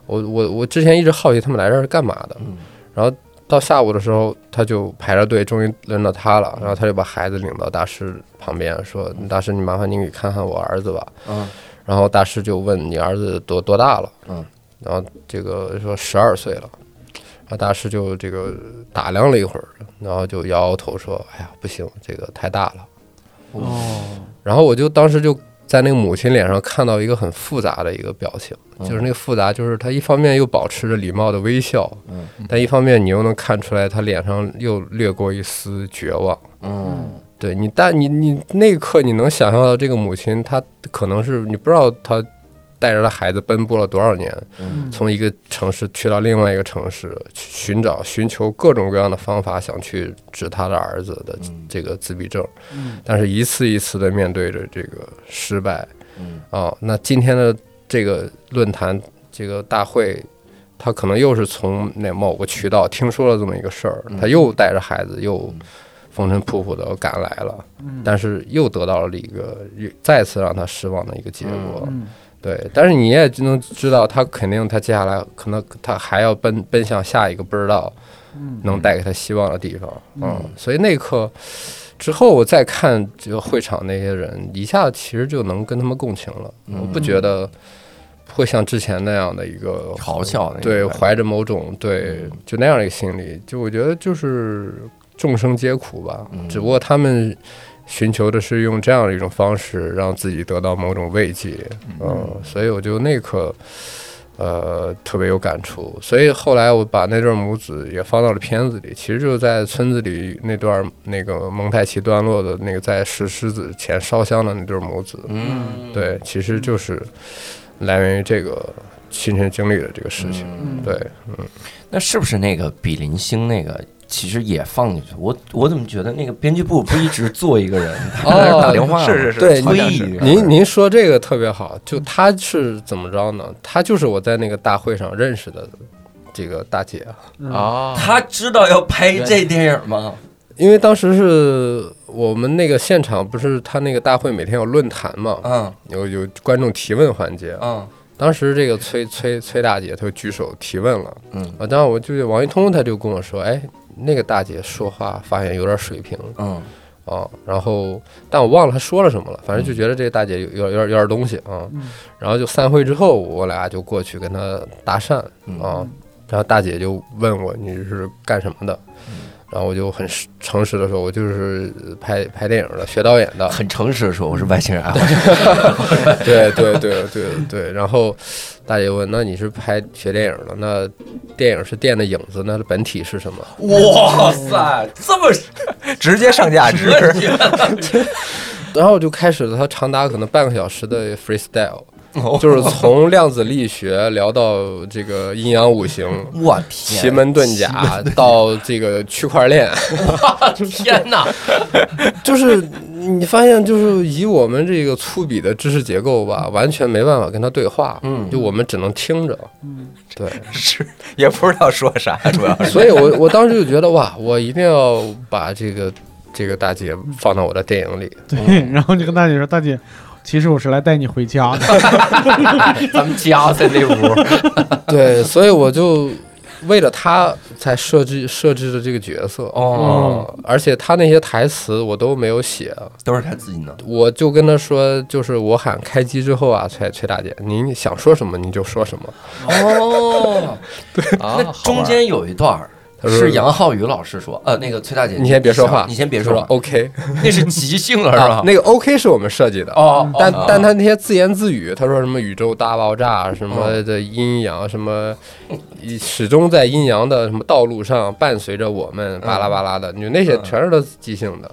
S8: 我我我之前一直好奇他们来这儿是干嘛的，
S2: 嗯
S8: 然后到下午的时候，他就排着队，终于轮到他
S2: 嗯
S8: 了，然后他就把孩子领到大师旁边，说：“大师，你麻烦您给看看我儿子吧。”
S2: 嗯，
S8: 然后大师就问：“你儿子多多大了？”
S2: 嗯，
S8: 然后这个说十二岁了，然后大师就这个打量了一会儿，然后就摇摇头说：“哎呀，不行，这个太大了。”
S3: 哦，
S8: 然后我就当时就在那个母亲脸上看到一个很复杂的一个表情，就是那个复杂，就是她一方面又保持着礼貌的微笑，但一方面你又能看出来她脸上又掠过一丝绝望。
S2: 嗯，
S8: 对你，但你你那一刻你能想象到这个母亲，她可能是你不知道她带着她孩子奔波了多少年，从一个城市去到另外一个城市，去寻找寻求各种各样的方法，想去治她的儿子的这个自闭症，但是一次一次的面对着这个失败，
S2: 嗯
S8: 啊，那今天的这个论坛这个大会。他可能又是从那某个渠道听说了这么一个事儿，他又带着孩子又风尘仆仆的赶来了，但是又得到了一个又再次让他失望的一个结果。对，但是你也就能知道，他肯定他接下来可能他还要奔奔向下一个不知道能带给他希望的地方。嗯，所以那一刻之后，我再看这个会场那些人，一下其实就能跟他们共情了。我不觉得会像之前那样的一个
S2: 嘲笑那个
S8: 对，
S2: 感觉嗯
S8: 怀着某种对就那样的一个心理，就我觉得就是众生皆苦吧，
S2: 嗯
S8: 只不过他们寻求的是用这样的一种方式让自己得到某种慰藉，嗯，所以我就那一刻。呃，特别有感触，所以后来我把那对母子也放到了片子里，其实就是在村子里那段那个蒙太奇段落的那个在石狮子前烧香的那对母子，
S2: 嗯，
S8: 对，其实就是来源于这个亲身经历的这个事情。
S7: 嗯
S8: 对，
S2: 那是不是那个比邻星那个？其实也放进去，我我怎么觉得那个编辑部不一直做一个人， *laughs*
S8: *laughs*
S2: 他在那儿打电话吗，
S7: 是是是，
S8: 嗯哦对
S7: 好像
S2: 你
S7: 是
S8: 您您说这个特别好，就她是怎么着呢？她就是我在那个大会上认识的这个大姐，
S7: 啊，
S2: 他知道要拍这电影吗？
S8: 因为当时是我们那个现场不是他那个大会每天有论坛嘛，
S7: 嗯
S8: 有有观众提问环节，
S7: 嗯
S8: 当时这个崔崔崔大姐她就举手提问了，
S7: 嗯
S8: 啊，当时我就王一通他就跟我说，哎，那个大姐说话发言有点水平
S7: 嗯
S8: 啊，然后但我忘了她说了什么了，反正就觉得这个大姐有有点有点有点东西啊，然后就散会之后，我俩就过去跟她搭讪啊，然后大姐就问我你是干什么的，然后我就很实诚实的说，我就是拍拍电影的，学导演的， *laughs*
S2: 很诚实的说，我是外星人爱啊好者。
S8: 对对对对对，然后大姐问：“那你是拍学电影的？那电影是电的影子，那本体是什么？”
S2: 哇塞，这么
S7: 直接上价值，
S8: 然后我就开始了她长达可能半个小时的 freestyle，、就是从量子力学聊到这个阴阳五 *laughs* 行、
S2: 我天，
S8: 奇门遁甲，到这个区块链，
S2: 天哪！
S8: *laughs* 就是你发现，就是以我们这个粗鄙的知识结构吧，完全没办法跟她对话，嗯，就我们只能听着，嗯， *laughs* 对。
S7: 是 *laughs* 也不知道说啥，主要是
S8: 所以我我当时就觉得哇，我一定要把这个这个大姐放到我的电影里。
S3: 对，然后就跟大姐说，大姐，其实我是来带你回家的。
S2: 咱们家在那屋， *laughs*
S8: 对，所以我就为了她才设置设置的这个角色哦、而且她那些台词我都没有写，
S2: 都是他自己弄。
S8: 我就跟她说，就是我喊开机之后啊，崔崔大姐，您想说什么你就说什么。
S2: 哦，
S7: 啊
S2: 那，中间有一段儿
S8: 他说
S2: 是杨浩宇老师说，呃，那个崔大姐，
S8: 你先别说话，
S2: 你先别
S8: 我
S2: 说
S8: 说
S2: 话，
S8: OK，
S2: 那 *laughs* 是即兴了是
S8: 啊
S2: 吧？
S8: 那个 OK 是我们设计的
S2: 哦，
S8: 但
S2: 哦
S8: 但他那些自言自语，他说什么宇宙大爆炸，什
S2: 哦
S8: 么的阴阳，什么一始终在阴阳的什么道路上伴随着我们，巴拉巴拉
S2: 嗯
S8: 的，你那些全是他即兴的。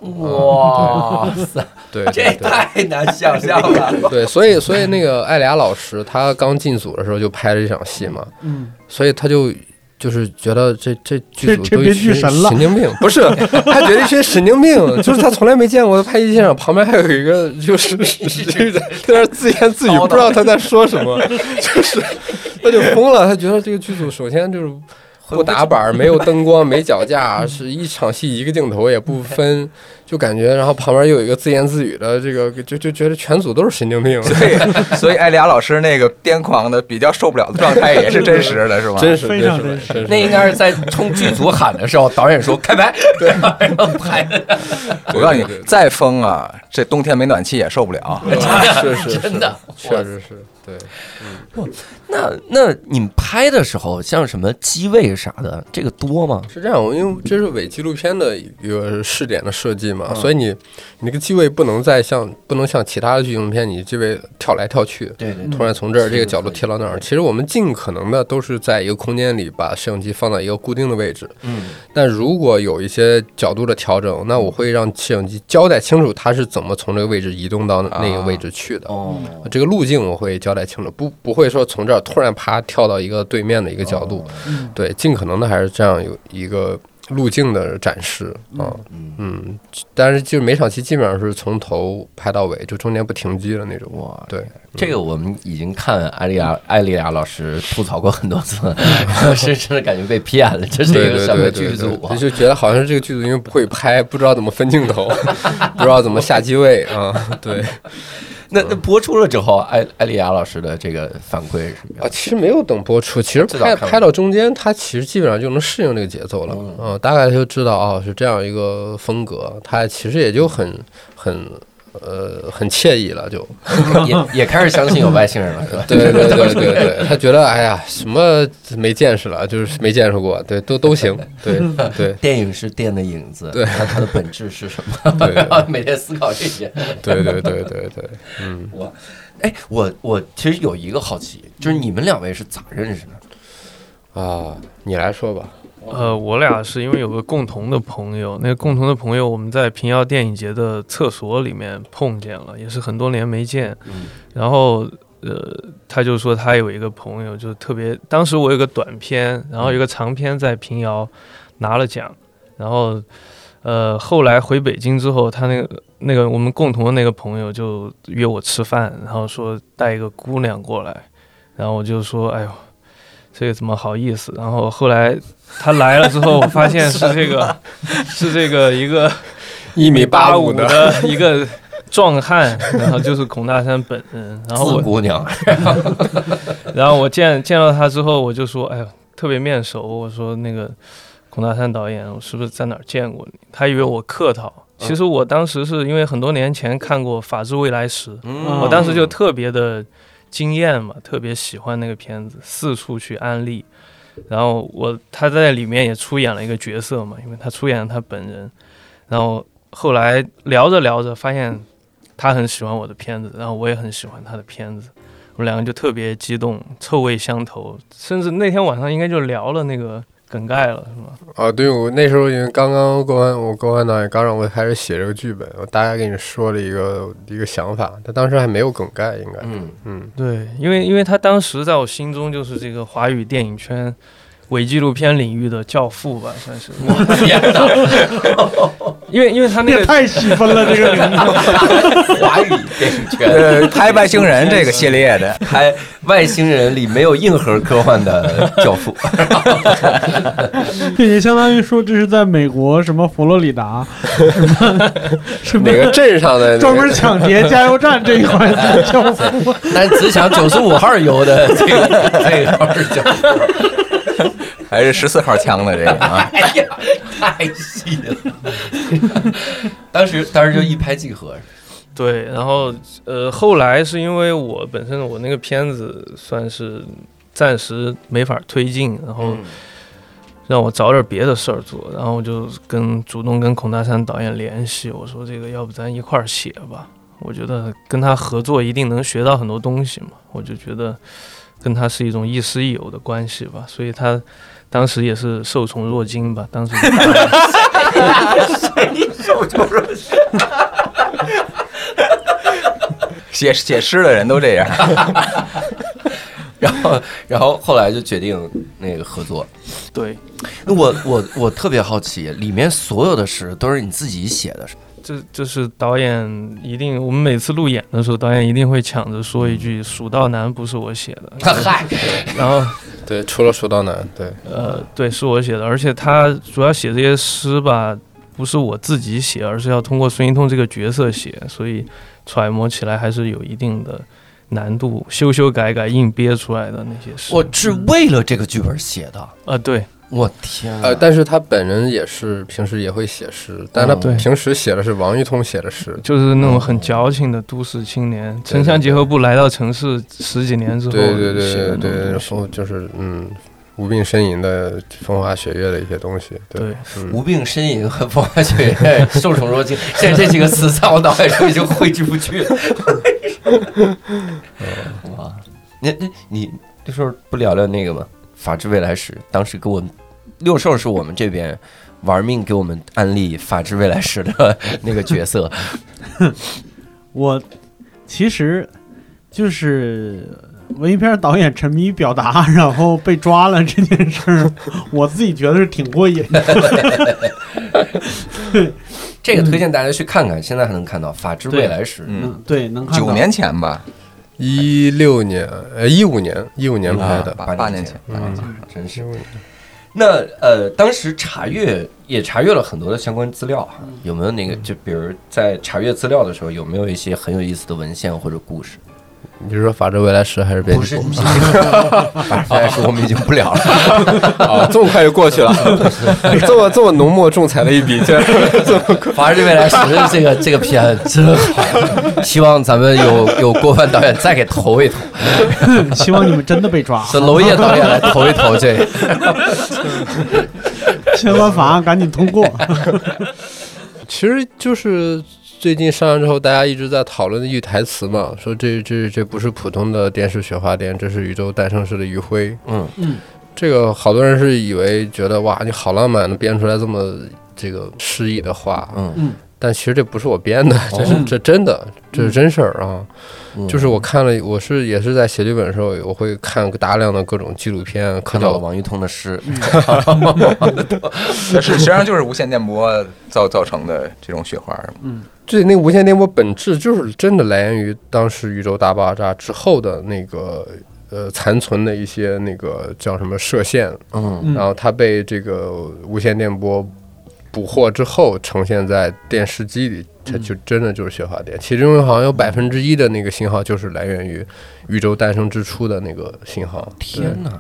S2: 哇塞，
S8: 对
S2: 这
S8: 对对
S2: 太难想象了。
S8: 对，所以所以那个艾俩老师他刚进组的时候就拍了这场戏嘛，
S3: 嗯，
S8: 所以他就。就是觉得这这剧
S3: 这
S8: 组
S3: 这
S8: 都一
S3: 编剧
S8: 群
S3: 神了
S8: 神经病不是他觉得一群神经病，就是他从来没见过拍戏现场旁边还有一个就是 *laughs* 就是在在那儿自言自语，不知道他在说什么，就是他就疯了，他觉得这个剧组首先就是不打板儿，没有灯光，没脚架， *laughs* 是一场戏一个镜头也不分，就感觉然后旁边又有一个自言自语的这个，就就觉得全组都是神经病，
S7: 所以所以艾丽亚老师那个癫狂的比较受不了的状态也是真实的，是 *laughs* 吗？
S8: 真是
S3: 非常真
S8: 实
S2: 那应该是在冲剧组喊的时候，导演说开拍，对， *laughs* 然后拍的，
S7: 我告诉你，再疯啊，这冬天没暖气也受不了。
S8: *laughs*
S2: *laughs*
S8: 是是是
S2: 真的
S8: 确实是对。
S2: 那那你们拍的时候，像什么机位啥的，这个多吗？
S8: 是这样，因为这是伪纪录片的一个试点的设计
S2: 嗯
S8: 嘛，所以你你那个机位不能再像不能像其他的剧情片，你机位跳来跳去，
S2: 对对
S8: 突然从这儿这个角度贴到那儿。其实我们尽可能的都是在一个空间里把摄像机放在一个固定的位置，
S2: 嗯，
S8: 但如果有一些角度的调整，那我会让摄像机交代清楚它是怎么从这个位置移动到那个位置去的。呃嗯
S2: 哦，
S8: 这个路径我会交代清楚，不不会说从这儿突然啪跳到一个对面的一个角度，对，尽可能的还是这样有一个路径的展示啊，嗯但是就每场戏基本上是从头拍到尾，就中间不停机的那种。
S2: 哇
S8: 对，
S2: 这个我们已经看艾丽亚艾丽亚老师吐槽过很多次了，
S8: *laughs*
S2: 深深的感觉被骗了，这是
S8: 对
S2: 一个
S8: 对
S2: 什么
S8: 对对
S2: 剧组啊
S8: 对，？就觉得好像是这个剧组因为不会拍，不知道怎么分镜头，不知道怎么下机位啊，对。
S2: 那那播出了之后，艾艾丽亚老师的这个反馈是什么
S8: 啊，
S2: 样？
S8: 其实没有等播出，其实
S2: 知道
S8: 拍
S2: 看了
S8: 拍到中间，它其实基本上就能适应这个节奏了。嗯、大概就知道啊、是这样一个风格，它其实也就很很呃很惬意了，就 *laughs*
S2: 也也开始相信有外星人了，是吧？
S8: 对对对对对对，他觉得哎呀什么没见识了，就是没见识过，对，都都行，对对
S2: 电影是电的影子，
S8: 对
S2: 那它的本质是什么？
S8: 对
S2: 然后 *laughs* 每天思考这些。
S8: 对对对对对，嗯。
S2: 我，哎，我我其实有一个好奇，就是你们两位是咋认识的？
S8: 啊，你来说吧。
S9: 呃，我俩是因为有个共同的朋友，那个共同的朋友我们在平遥电影节的厕所里面碰见了，也是很多年没见。然后呃，他就说他有一个朋友，就特别，当时我有个短片，然后有个长片在平遥拿了奖，然后呃，后来回北京之后，他那个那个我们共同的那个朋友就约我吃饭，然后说带一个姑娘过来，然后我就说，哎呦。这个怎么好意思？然
S8: *laughs*
S9: 后后来他来了之后，我发现是这个，是这个一个
S8: 一米八
S9: 五
S8: 五的，
S9: 的一个壮汉，然后就是孔大山本人。然后
S8: *laughs*
S2: 四
S9: 我，
S2: 姑娘，
S9: 然后我见见到他之后，我就说：“哎呦，特别面熟。”我说：“那个孔大山导演，我是不是在哪儿见过你？”他以为我客套，其实我当时是因为很多年前看过《法治未来时》，
S3: 哦啊
S9: 我当时就特别的惊艳嘛，特别喜欢那个片子，四处去安利。然后我他在里面也出演了一个角色嘛，因为他出演了他本人。然后后来聊着聊着，发现他很喜欢我的片子，然后我也很喜欢他的片子，我们两个就特别激动，臭味相投，甚至那天晚上应该就聊了那个梗概了，是吗？
S8: 啊，对，我那时候已经刚刚郭帆，我郭帆导演刚让我开始写这个剧本，我大概给你说了一个一个想法，他当时还没有梗概，应该，
S2: 嗯，
S8: 嗯，
S9: 对，因为因为他当时在我心中就是这个华语电影圈伪纪录片领域的教父吧，算是。
S2: 天哪，
S9: *laughs* 因为因为他那
S3: 也
S9: 个
S3: 太细分了，这个名字。
S2: 华语电影圈
S7: 呃，拍外星人这个系列的，
S2: 拍外星人里没有硬核科幻的教
S8: *laughs*
S2: 父，
S3: 也相当于说这是在美国什么佛罗里达，什么
S8: 哪
S3: 什
S8: 个
S3: 么
S8: 镇上的、那个、
S3: 专门抢劫加油站这一块的教父。
S2: 但只想九十五号油的这个这个号是教父，
S7: 还是十四号枪的这个啊？
S2: 哎呀，太细了。当时当时就一拍即合，
S9: 对，然后呃，后来是因为我本身我那个片子算是暂时没法推进，然后让我找点别的事儿做，然后我就跟主动跟孔大山导演联系，我说这个要不咱一块儿写吧，我觉得跟他合作一定能学到很多东西嘛，我就觉得跟他是一种亦师亦友的关系吧，所以他当时也是受宠若惊吧，当时就答应了。
S7: 写写诗的人都这样，
S2: 然后然后后来就决定那个合作。
S9: *laughs* 对，
S2: 那我我我特别好奇，里面所有的诗都是你自己写的，
S9: 这这是导演一定，我们每次路演的时候，导演一定会抢着说
S8: 嗯
S9: 一句“蜀道难”不是我写的，
S2: 嗨，
S9: 然后
S8: 对，除了蜀道难，对，
S9: 呃，对，是我写的，而且他主要写这些诗吧，不是我自己写，而是要通过孙一通这个角色写，所以揣摩起来还是有一定的难度，修修改改硬憋出来的那些诗。
S2: 我是为了这个剧本写的。
S9: 啊，对，
S2: 我天啊
S8: 呃，但是他本人也是平时也会写诗，但他
S9: 嗯对
S8: 平时写的是王一通写的诗，
S9: 就是那种很矫情的都市青年，城乡结合部来到城市十几年之后
S8: 对对对
S9: 写
S8: 对
S9: 的那种
S8: 对，
S9: 东
S8: 然
S9: 西
S8: 后就是嗯，无病呻吟的风花雪月的一些东西，对，嗯
S9: 对。
S2: 无病呻吟和风花雪月、 *laughs* 受宠若惊，现在这几个词在我脑海中已经挥之不去了。哦哇，你你你这时候不聊聊那个吗？法治未来史，当时给我们六兽是我们这边玩命给我们安利法治未来史的 *laughs* 那个角色，
S3: 我其实就是文艺片导演沉迷于表达，然后被抓了这件事儿，我自己觉得是挺过瘾的。
S2: 这个推荐大家去看看，现在还能看到《法治未来史》。
S7: 嗯，
S3: 对，能看到
S7: 九年前吧，
S8: 一六年呃一五年一五年拍
S9: 啊
S8: 的，
S7: 啊八
S2: 八
S7: 八
S2: 年
S7: 年
S2: 前
S7: 前，
S2: 八年前真是
S8: 15。年
S2: 那呃，当时查阅也查阅了很多的相关资料哈，啊
S8: 嗯
S2: 有没有那个就比如在查阅资料的时候，有没有一些很有意思的文献或者故事？
S8: 你是说《法治未来时》还是别
S2: 不是，
S8: *laughs*
S9: *laughs*
S2: 你反正说我们已经不聊了。
S8: 啊，这么快就过去了， *laughs* 这么这么浓墨重彩的一笔，这
S2: 反正未来十这个这个片真好，希望咱们有 *laughs* 有郭帆导演再给投一投，
S3: *laughs* 希望你们真的被
S7: *laughs*
S3: 抓，
S2: 是
S3: *laughs*
S2: 娄烨导演来投一投
S8: *laughs*
S2: 这个。
S3: 相关法案赶紧通过。
S8: *laughs*
S3: *laughs*
S8: 其实就是最近上映之后，大家一直在讨论的一句台词嘛，说这这这不是普通的电视雪花点，这是宇宙诞生时的余晖。
S2: 嗯
S3: 嗯，
S8: 这个好多人是以为觉得哇，你好浪漫，能编出来这么这个诗意的话。啊
S2: 嗯
S3: 嗯，
S8: 但其实这不是我编的，这是这真的，这是真事儿啊。
S2: 嗯
S8: 就是我看了，我是也是在写剧本的时候，我会看大量的各种纪录片、科
S2: 看到了
S8: 教
S2: 王一通的诗，
S8: 嗯
S7: 这 *laughs* 是实际上就是无线电波造造成的这种雪花。
S8: 对，那无线电波本质就是真的来源于当时宇宙大爆炸之后的那个呃残存的一些那个叫什么射线，
S2: 嗯
S3: 嗯
S8: 然后它被这个无线电波捕获之后呈现在电视机里，它就真的就是雪花点。其中好像有百分之一的那个信号就是来源于宇宙诞生之初的那个信号。嗯
S2: 天哪！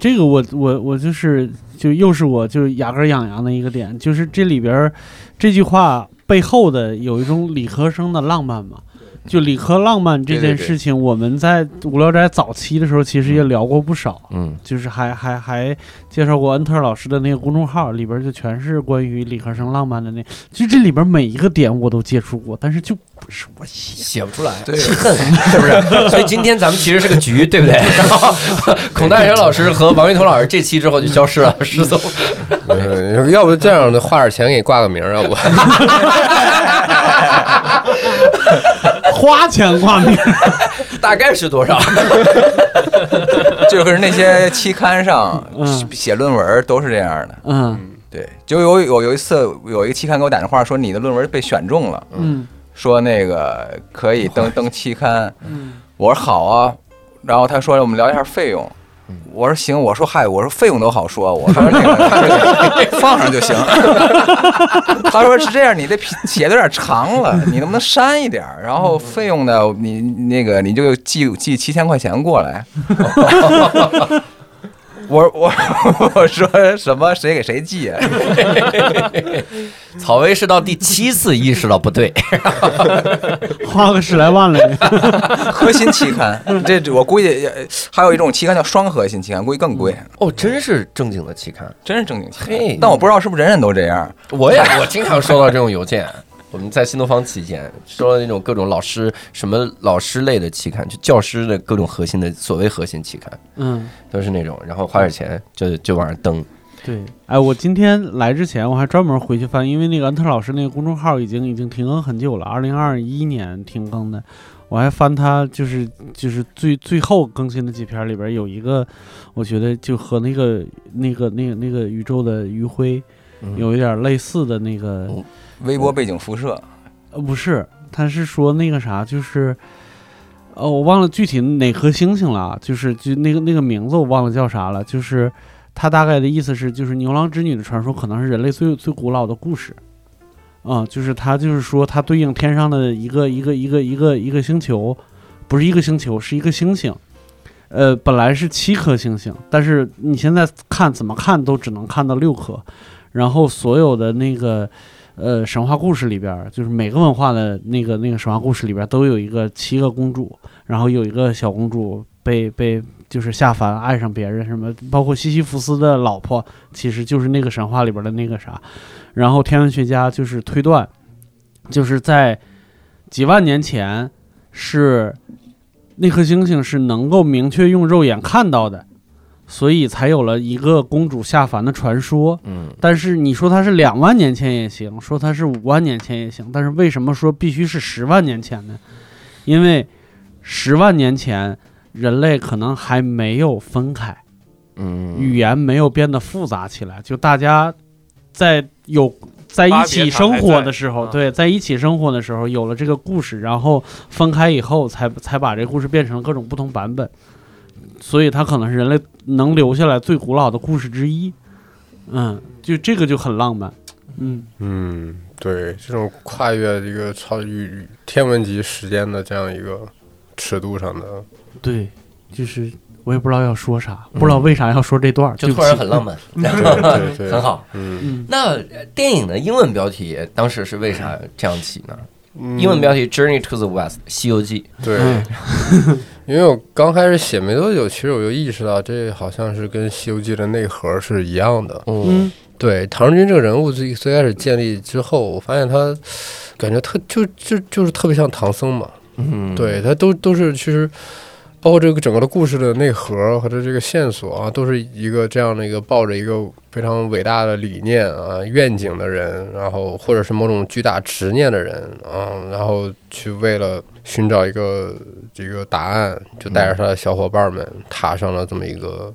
S3: 这个我我我就是就又是我就是牙根痒痒的一个点，就是这里边儿这句话背后的有一种理科生的浪漫嘛。就理科浪漫这
S7: 对对
S3: 件
S7: 对
S3: 事情，我们在无聊斋早期的时候其实也聊过不少，
S2: 嗯，
S3: 就是还还还介绍过恩特尔老师的那个公众号里边就全是关于理科生浪漫的那，就这里边每一个点我都接触过，但是就不是我写。
S2: 写不出来，
S7: 对
S2: *laughs* 恨是不是？所以今天咱们其实是个局，对不对？ *laughs* 然后孔大学老师和王云彤老师这期之后就消失了，失踪。
S8: 嗯， *laughs* 要不这样的，花点钱给你挂个名儿，啊要不
S3: 花钱挂名，
S2: 大概是多少？
S7: 就是那些期刊上
S3: 嗯
S7: 写论文都是这样的。
S3: 嗯
S7: 对，就有有有一次有一个期刊给我打电话说你的论文被选中了，
S3: 嗯
S7: 说那个可以
S3: *laughs*
S7: 登登期刊。
S3: 嗯，
S7: 我说好啊，然后他说我们聊一下费用。我说行，我说嗨，我说费用都好说，我说那个 *laughs* 他说放上就行。他说是这样，你这写的有点长
S3: *laughs*
S7: 了，你能不能删一点儿？然后费用呢，你那个你就寄寄七千块钱
S3: *laughs*
S7: 过来。我我我 *laughs* 说什么？谁给谁寄啊？
S2: 草薇是到第七次意识到不对，
S3: 花个十来万了，
S7: 核心期刊，这这我估计呃还有一种期刊叫双核心期刊，估计更贵，
S2: 哦，真是正经的期刊。
S7: 真是正经期
S2: 嘿
S7: 刊。但我不知道是不是人人都这样。
S2: 我也我经常收到这种邮件。 *laughs* 我们在新东方期间收到那种各种老师什么老师类的期刊，就教师的各种核心的所谓核心期刊，
S3: 嗯，
S2: 都是那种，然后花点钱就就往上登。
S3: 对，哎，我今天来之前我还专门回去翻，因为那个恩特老师那个公众号已经已经停更很久了，二零二一年停更的，我还翻他就是就是最最后更新的几篇里边有一个，我觉得就和那个那个那个那个宇宙的余晖
S2: 嗯
S3: 有一点类似的那个，
S2: 嗯
S7: 微波背景辐射，
S3: 呃，不是，他是说那个啥，就是，呃，我忘了具体哪颗星星了啊，就是就那个那个名字我忘了叫啥了，就是他大概的意思是，就是牛郎织女的传说可能是人类最最古老的故事，啊、就是他就是说它对应天上的一个一个一个一个一个星球，不是一个星球，是一个星星。呃，本来是七颗星星，但是你现在看怎么看都只能看到六颗，然后所有的那个呃神话故事里边儿，就是每个文化的那个那个神话故事里边儿都有一个七个公主，然后有一个小公主被被就是下凡爱上别人什么，包括西西弗斯的老婆其实就是那个神话里边儿的那个啥，然后天文学家就是推断，就是在几万年前是那颗星星是能够明确用肉眼看到的。所以才有了一个公主下凡的传说，
S2: 嗯，
S3: 但是你说它是两万年前也行，说它是五万年前也行，但是为什么说必须是十万年前呢？因为十万年前人类可能还没有分开，
S2: 嗯
S3: 语言没有变得复杂起来，就大家在有在一起生活的时候，
S9: 差还在
S3: 对，在一起生活的时候有了这个故事，然后分开以后才才把这故事变成了各种不同版本，所以它可能是人类能留下来最古老的故事之一。嗯，就这个就很浪漫。嗯，
S8: 嗯，对，这种跨越一个超越天文级时间的这样一个尺度上
S2: *laughs*
S8: 的，
S3: 对，就是我也不知道要说啥，不知道为啥要说这段儿，
S2: 就
S3: 对
S2: 突
S3: 不起
S2: 然很浪。漫，
S8: 对对，
S2: 很，好。
S8: 嗯，
S3: 嗯，
S2: 那呃电影的英文标题当时是为啥这样起呢？
S8: 嗯
S2: 英文标题《Journey to the West》《西游记》。
S8: 对，
S2: 嗯
S8: *laughs* 因为我刚开始写没多久，其实我就意识到这好像是跟《西游记》的内核是一样的。
S2: 嗯
S8: 对，唐人军这个人物最最开始建立之后，我发现他感觉特就就就是特别像唐僧嘛。
S2: 嗯，
S8: 对他都都是其实包括这个整个的故事的内核和他这个线索啊，都是一个这样的一个抱着一个非常伟大的理念啊、愿景的人，然后或者是某种巨大执念的人啊，然后去为了寻找一个这个答案，就带着他的小伙伴们踏上了这么一个。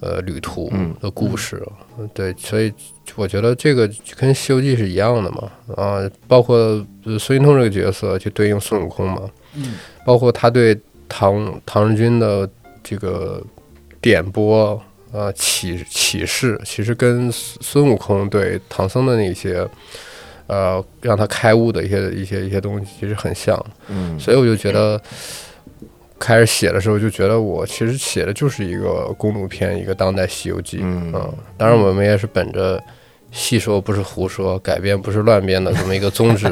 S8: 呃，旅途
S2: 嗯
S8: 的故事，对，所以我觉得这个跟《西游记》是一样的嘛，啊，包括呃孙云通这个角色去对应孙悟空嘛，包括他对唐唐人军的这个点拨，呃启启示，其实跟孙孙悟空对唐僧的那些呃让他开悟的一些一些一些东西其实很像，
S2: 嗯
S8: 所以我就觉得开始写的时候就觉得我其实写的就是一个公路片，一个当代《西游记》
S2: 嗯
S8: 啊当然我们也是本着。戏说不是胡说，改编不是乱编的这么一个
S3: *laughs*
S8: 宗旨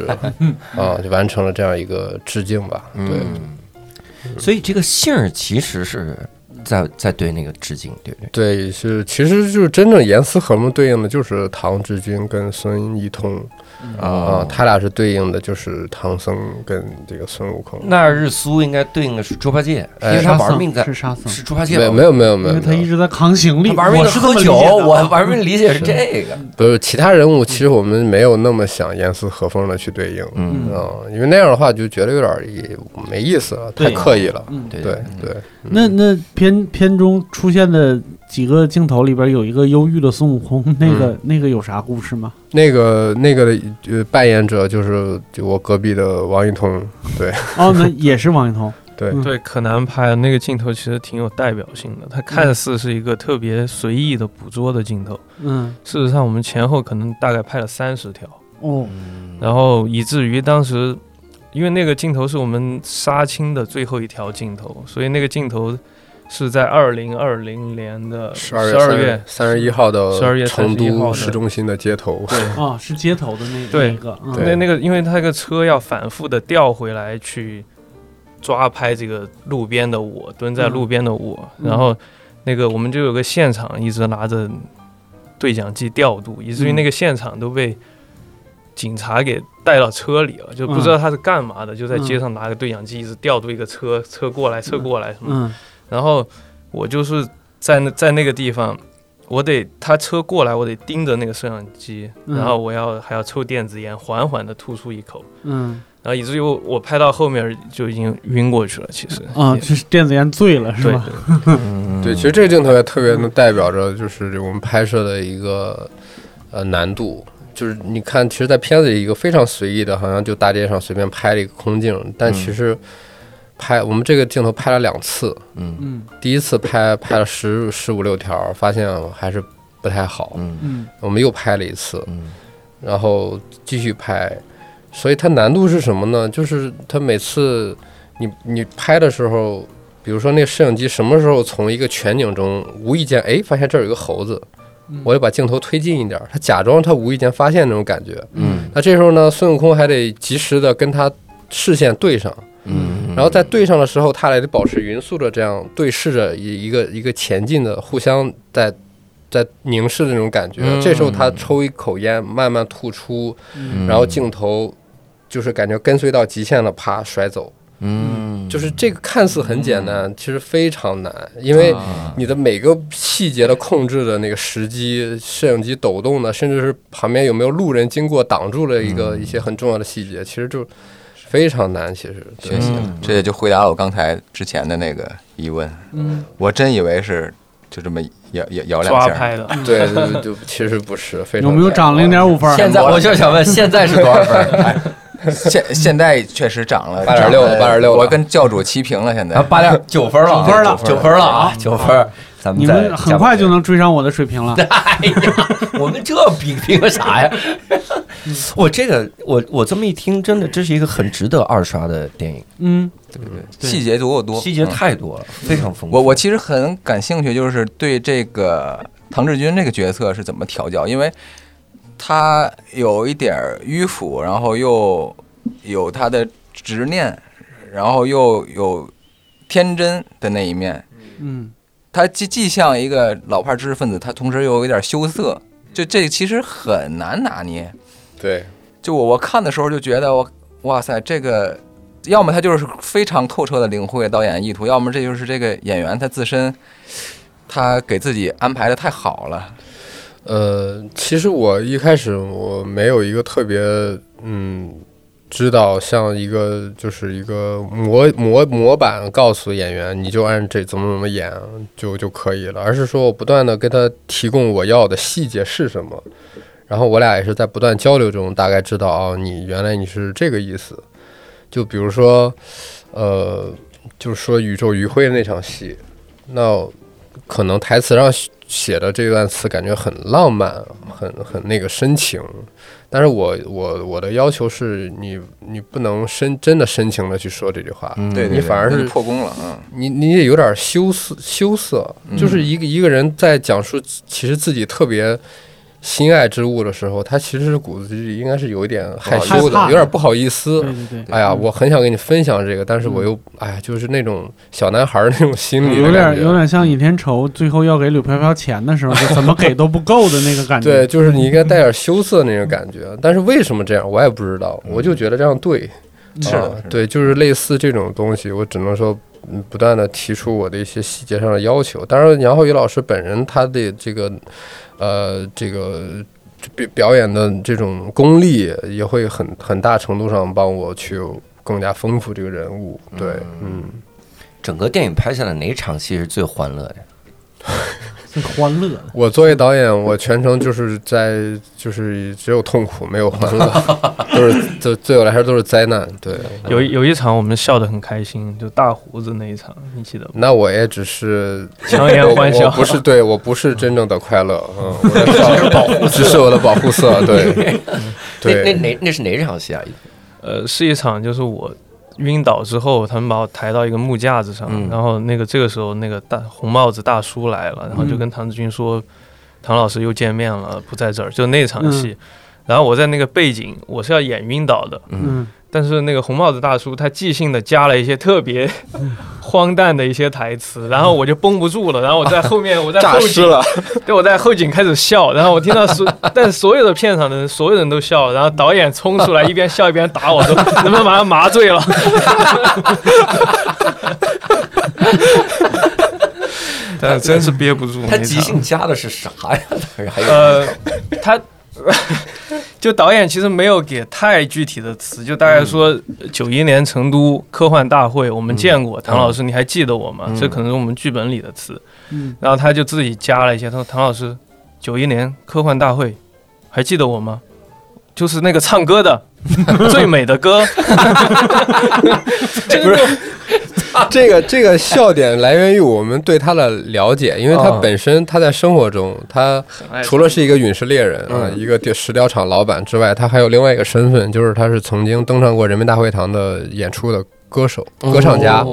S8: 啊，就完成了这样一个致敬吧。对，
S2: 嗯，所以这个杏儿其实是在在对那个致敬，对不对？
S8: 对，是，其实就是真正严丝合缝对应的就是唐志军跟孙一通
S3: 哦
S8: 啊、
S2: 啊
S8: 他俩是对应的就是唐僧跟这个孙悟空。
S2: 那日苏应该对应的是猪八戒，因
S8: 哎
S2: 为他
S3: 沙
S2: 玩
S3: 僧
S2: 命在
S3: 是沙僧，
S2: 是猪八戒
S8: 没有
S2: 吧，
S8: 没有没有没
S3: 因为
S8: 有
S3: 他
S8: 没
S3: 一
S8: 有，
S3: 直在扛行李，
S2: 他玩命
S3: 我
S2: 地
S3: 是这
S2: 喝
S3: 么理
S2: 酒，
S3: 解的啊
S2: 我玩命理解是这个，
S8: 不是其他人物，其实我们没有那么想严丝合缝的去对应啊、
S2: 嗯，
S8: 因为那样的话就觉得有点儿也没意思了，太
S3: 对
S8: 刻意了。
S3: 嗯，
S2: 对
S8: 对对，
S3: 那那片片中出现的几个镜头里边有一个忧郁的孙悟空，那个、那个有啥故事吗？ *laughs*
S8: 那个那个的呃扮演者就是就我隔壁的王一通，
S3: 哦，那也是王一通，
S8: 对
S3: 嗯
S9: 对，可难拍了那个镜头其实挺有代表性的，它
S8: 嗯
S9: 看似是一个特别随意的捕捉的镜头，
S3: 嗯，
S9: 事实上我们前后可能大概拍了三十条，
S3: 哦，
S8: 嗯
S9: 然后以至于当时，因为那个镜头是我们杀青的最后一条镜头，所以那个镜头是在二零二零年的
S8: 十
S9: 二
S8: 二
S9: 月
S8: 月三十一号的
S9: 12月
S8: 成
S9: 31号
S8: 都
S9: 的
S8: 市中心的街头，
S3: 哦，是街头的那
S9: 对
S3: 那一个，嗯、
S8: 对
S9: 啊那那个，因为他那个车要反复的调回来去抓拍这个路边的我，蹲在
S3: 嗯
S9: 路边的我，
S3: 嗯
S9: 然后那个我们就有个现场一直拿着对讲机调度，以至于
S3: 嗯
S9: 那个现场都被警察给带到车里了，就不知
S3: 嗯
S9: 道他是干嘛的，就在街上拿个对讲机一直调度一个车，车过来，车过来什么的。
S3: 嗯
S9: 然后我就是在那在那个地方，我得他车过来，我得盯着那个摄像机，
S3: 嗯
S9: 然后我要还要抽电子烟，缓缓的吐出一口，
S3: 嗯，
S9: 然后以至于我我拍到后面就已经晕过去了，其实
S3: 啊、
S9: 也
S3: 这是电子烟醉了是
S9: 嗯
S3: 吧？
S9: 对
S8: 对，其实这个镜头也特别能代表着，就是我们拍摄的一个呃难度。就是你看，其实，在片子里一个非常随意的，好像就大街上随便拍了一个空镜，但其实拍我们这个镜头拍了两次，
S2: 嗯
S3: 嗯
S8: 第一次拍拍了十十五六条，发现还是不太好，
S2: 嗯
S3: 嗯
S8: 我们又拍了一次，
S2: 嗯
S8: 然后继续拍，所以它难度是什么呢？就是它每次你你拍的时候，比如说那个摄影机什么时候从一个全景中无意间哎发现这儿有一个猴子，我得把镜头推进一点儿，他假装他无意间发现那种感觉。
S2: 嗯
S8: 那这时候呢，孙悟空还得及时的跟他视线对上，
S2: 嗯，
S8: 然后在对上的时候，他俩得保持匀速的这样对视着一一个一个前进的，互相在在凝视的那种感觉。
S2: 嗯
S8: 这时候他抽一口烟，慢慢吐出，
S2: 嗯
S8: 然后镜头就是感觉跟随到极限了，啪甩走。
S2: 嗯
S8: 就是这个看似很简单，其实非常难，因为
S2: 啊
S8: 你的每个细节的控制的那个时机、摄影机抖动的，甚至是旁边有没有路人经过挡住了一个
S2: 嗯
S8: 一些很重要的细节，其实就非常难。其实对
S7: 学习了
S2: 嗯，
S7: 这也就回答了我刚才之前的那个疑问。
S3: 嗯
S7: 我真以为是就这么摇摇摇两
S9: 抓
S7: 下儿，
S9: 拍的。
S8: 对，就就其实不是非常
S3: 有没有
S8: 难
S3: 涨零点五分儿？
S2: 现在我就想问，现在是多少分儿？哎
S7: 现现在确实涨了，
S8: 8.6了
S7: 涨
S8: 8.6了
S7: 我跟教主齐平了，现在
S2: 啊，八点九分了啊，
S7: 九分
S2: 了
S7: 了
S2: 九分了啊，九分儿。咱
S3: 你
S2: 再
S3: 们很快就能追上我的水平了。
S2: 哎呀，我们这比比个啥呀？我这个，我我这么一听，真的这是一个很值得二刷的电影，
S3: 嗯对
S7: 细节足够多，
S2: 细节
S7: 嗯
S2: 太多了，非常丰富。
S7: 我我其实很感兴趣，就是对这个唐志军这个角色是怎么调教，因为他有一点儿迂腐，然后又有他的执念，然后又有天真的那一面。
S3: 嗯
S7: 他既既像一个老派知识分子，他同时又有一点羞涩，就这其实很难拿捏。
S8: 对，
S7: 就我我看的时候就觉得我哇塞，这个要么他就是非常透彻的领会导演意图，要么这就是这个演员他自身他给自己安排的太好了。
S8: 呃，其实我一开始我没有一个特别嗯，知道像一个就是一个模模模板告诉演员你就按这怎么怎么演就就可以了，而是说我不断的给他提供我要的细节是什么，然后我俩也是在不断交流中大概知道哦，你原来你是这个意思，就比如说呃，就是说宇宙余晖那场戏，那可能台词上写的这段词感觉很浪漫，很很那个深情。但是我我我的要求是你你不能深真的深情的去说这句话，
S2: 嗯
S7: 对，对
S8: 你反而
S7: 对
S8: 是
S7: 就破功了，嗯，
S8: 你你也有点羞涩，羞涩，就是一个一个人在讲述其实自己特别心爱之物的时候，他其实是骨子里应该是有一点害羞的
S3: 害，怕嗯
S8: 有点不好意思。
S3: 对对
S8: 哎呀，我很想跟你分享这个，但是我又哎呀，就是那种小男孩儿那种心
S3: 对，嗯
S8: 理
S3: 有
S8: 的感
S3: 点有
S8: 觉。
S3: 点像尹天仇最后要给柳飘飘钱的时候，就怎么给都不够的那个感觉。
S8: *laughs* 对，就是你应该带点羞涩那种感觉。但是为什么这样，我也不知道。我就觉得这样对，
S7: 嗯是
S8: 啊
S7: 的，是的
S8: 对，就是类似这种东西，我只能说嗯不断的提出我的一些细节上的要求。当然，杨浩宇老师本人他的这个呃这个表表演的这种功力，也会很很大程度上帮我去更加丰富这个人物。对，嗯，
S2: 整个电影拍下来哪场戏是最欢乐的？
S3: 最欢乐的。
S8: 我作为导演，我全程就是在就是只有痛苦没有欢乐，都是就对我来说都是灾难。对，
S9: *laughs* 有一有一场我们笑得很开心，就大胡子那一场，你记得吗？
S8: 那我也只是
S9: 强颜欢
S8: 我
S9: 笑，
S8: 不是对我不是真正的快乐，嗯，我的是保护， *laughs* 只是我的保护色， *laughs* 对，
S2: 那那
S8: 对，
S2: 哪那是哪场戏啊？
S9: 呃，是一场就是我晕倒之后，他们把我抬到一个木架子上，
S2: 嗯
S9: 然后那个这个时候那个大红帽子大叔来了，然后就跟唐志军说，唐老师又见面了，不在这儿，就那场戏。然后我在那个背景，我是要演晕倒的，
S3: 嗯，
S9: 但是那个红帽子大叔他即兴的加了一些特别荒诞的一些台词，然后我就绷不住了，然后我在后面，我在 *laughs*
S5: 诈
S9: 后
S5: 尸
S9: 景，
S5: 了，
S9: 对，我在后景开始笑，然后我听到所， *laughs* 但所有的片场的人，所有人都笑，然后导演冲出来一边笑一边打我，说 *laughs* 能不能把他麻醉了？但真是憋不住，
S2: 他
S9: 没
S2: 即
S9: 办法
S2: 兴加的是啥呀？ *laughs* 当时还有
S9: 呃，他 *laughs* 就导演其实没有给太具体的词，就大
S8: 嗯
S9: 概说九一年成都科幻大会我们见
S8: 嗯
S9: 过，唐老师你还记得我吗？这可能是我们剧本里的词。
S3: 嗯
S9: 然后他就自己加了一些，他说唐老师，九一年科幻大会还记得我吗？就是那个唱
S8: *laughs*
S9: 歌的最美的歌，
S8: *laughs* 这个这个笑点来源于我们对他的了解，因为他本身他在生活中，他除了是一个陨石猎人啊，一个雕石雕厂老板之外，他还有另外一个身份，就是他是曾经登上过人民大会堂的演出的歌手、歌唱家，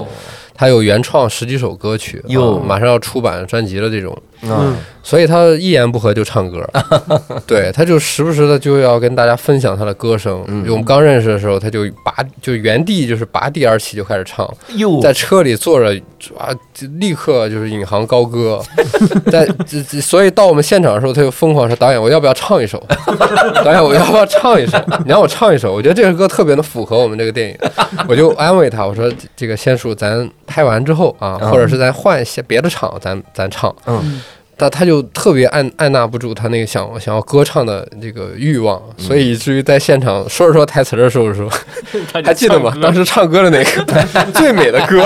S8: 他有原创十几首歌曲，
S2: 哟
S8: 啊马上要出版专辑了这种。
S2: 嗯
S8: 所以他一言不合就唱歌，
S2: *laughs*
S8: 对，他就时不时的就要跟大家分享他的歌声。
S2: 嗯
S8: 我们刚认识的时候，他就拔就原地就是拔地而起就开始唱，
S2: 哟
S8: 在车里坐着啊，就立刻就是引吭
S2: *laughs*
S8: 高歌，在这这所以到我们现场的时候，他就疯狂说：“导演，我要不要唱一首？ *laughs* 导演，我要不要唱一首？ *laughs* 你让我唱一首，我觉得这首歌特别的符合我们这个电影。”我就安慰他，我说：“这个仙叔，咱拍完之后啊，
S2: 嗯
S8: 或者是咱换一些别的场，咱咱唱。”
S2: 嗯。
S8: 但他就特别按按捺不住他那个想想要歌唱的这个欲望，所以以至于在现场说着说着台词的时候 *laughs* 说，还记得吗？当时唱歌的那 *laughs* 个最美的歌，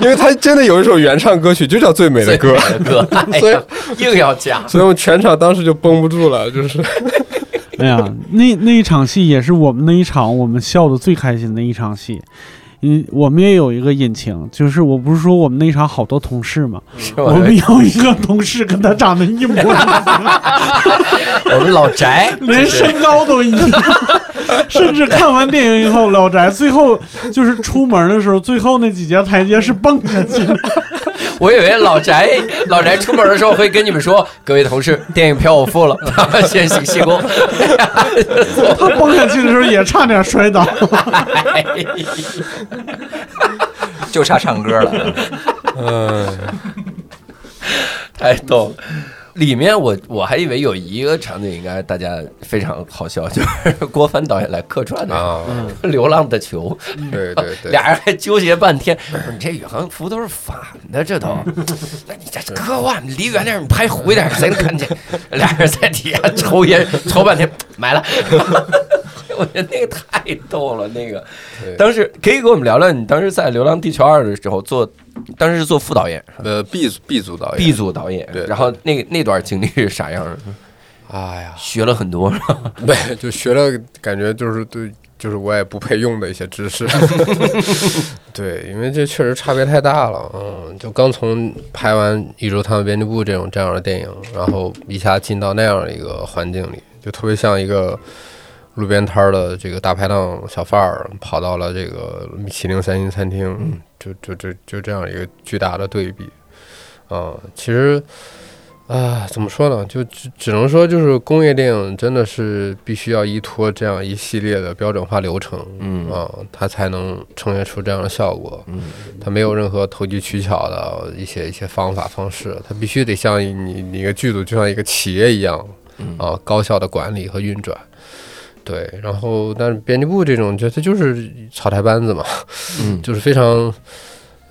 S8: 因为他真的有一首原唱歌曲就叫《最美的歌》， *laughs*
S2: 哥，哎
S8: 所以
S2: 呀硬要加，
S8: 所以我们全场当时就绷不住了，就是
S3: *laughs* 哎呀，那那一场戏也是我们那一场我们笑的最开心的一场戏。嗯，我们也有一个隐情，就是我不是说我们那一场好多同事嘛，我们有一个同事跟他长得一模一样，
S2: 我们老
S8: *laughs*
S2: 翟
S3: 连身高都一样， *laughs* 甚至看完电影以后，老翟最后就是出门的时候，最后那几节台阶是蹦下去的。
S2: 我以为老翟老翟出门的时候会跟你们说，各位同事，电影票我付了， *laughs* 先行谢工。
S3: 他蹦下去的时候也差点摔倒。
S2: 哎
S7: 就差唱歌了，
S2: 太逗了。里面我我还以为有一个场景应该大家非常好笑，就是郭帆导演来客串的
S8: 啊，
S2: 《 *laughs* 流浪的球
S8: 对对》， *laughs* 对，
S2: 俩人还纠结半天。我说你这宇航服都是反的，这
S8: *laughs*
S2: 都，那你这科幻离远点，你拍糊一点，谁能看见？俩人在底下抽烟，抽半天，买了。 *laughs* 我觉得那个太逗了，那个
S8: 对
S2: 当时可以给我们聊聊，你当时在《流浪地球二》的时候做，当时是做副导演
S8: 呃 B B 组导演
S2: ，B 组导演，
S8: 对
S2: 然后那个那段经历是啥样的？
S8: *laughs* 哎呀，
S2: 学了很多，
S8: 对，就学了，感觉就是对就是我也不配用的一些知 *laughs* 识。对，因为这确实差别太大了。嗯，就刚从拍完《宇宙探索编辑部》这种这样的电影，然后一下进到那样的一个环境里，就特别像一个路边摊儿的这个大排档小贩儿，跑到了这个米其林三星餐厅，就就就就这样一个巨大的对比。啊、其实。啊，怎么说呢？就只只能说，就是工业电影真的是必须要依托这样一系列的标准化流程，
S2: 嗯
S8: 啊，它才能呈现出这样的效果。
S2: 嗯，
S8: 它没有任何投机取巧的一些一些方法方式，它必须得像你你一个剧组就像一个企业一样，
S2: 嗯
S8: 啊，高效的管理和运转。对，然后但是编辑部这种，就它就是草台班子嘛，
S2: 嗯
S8: 就是非常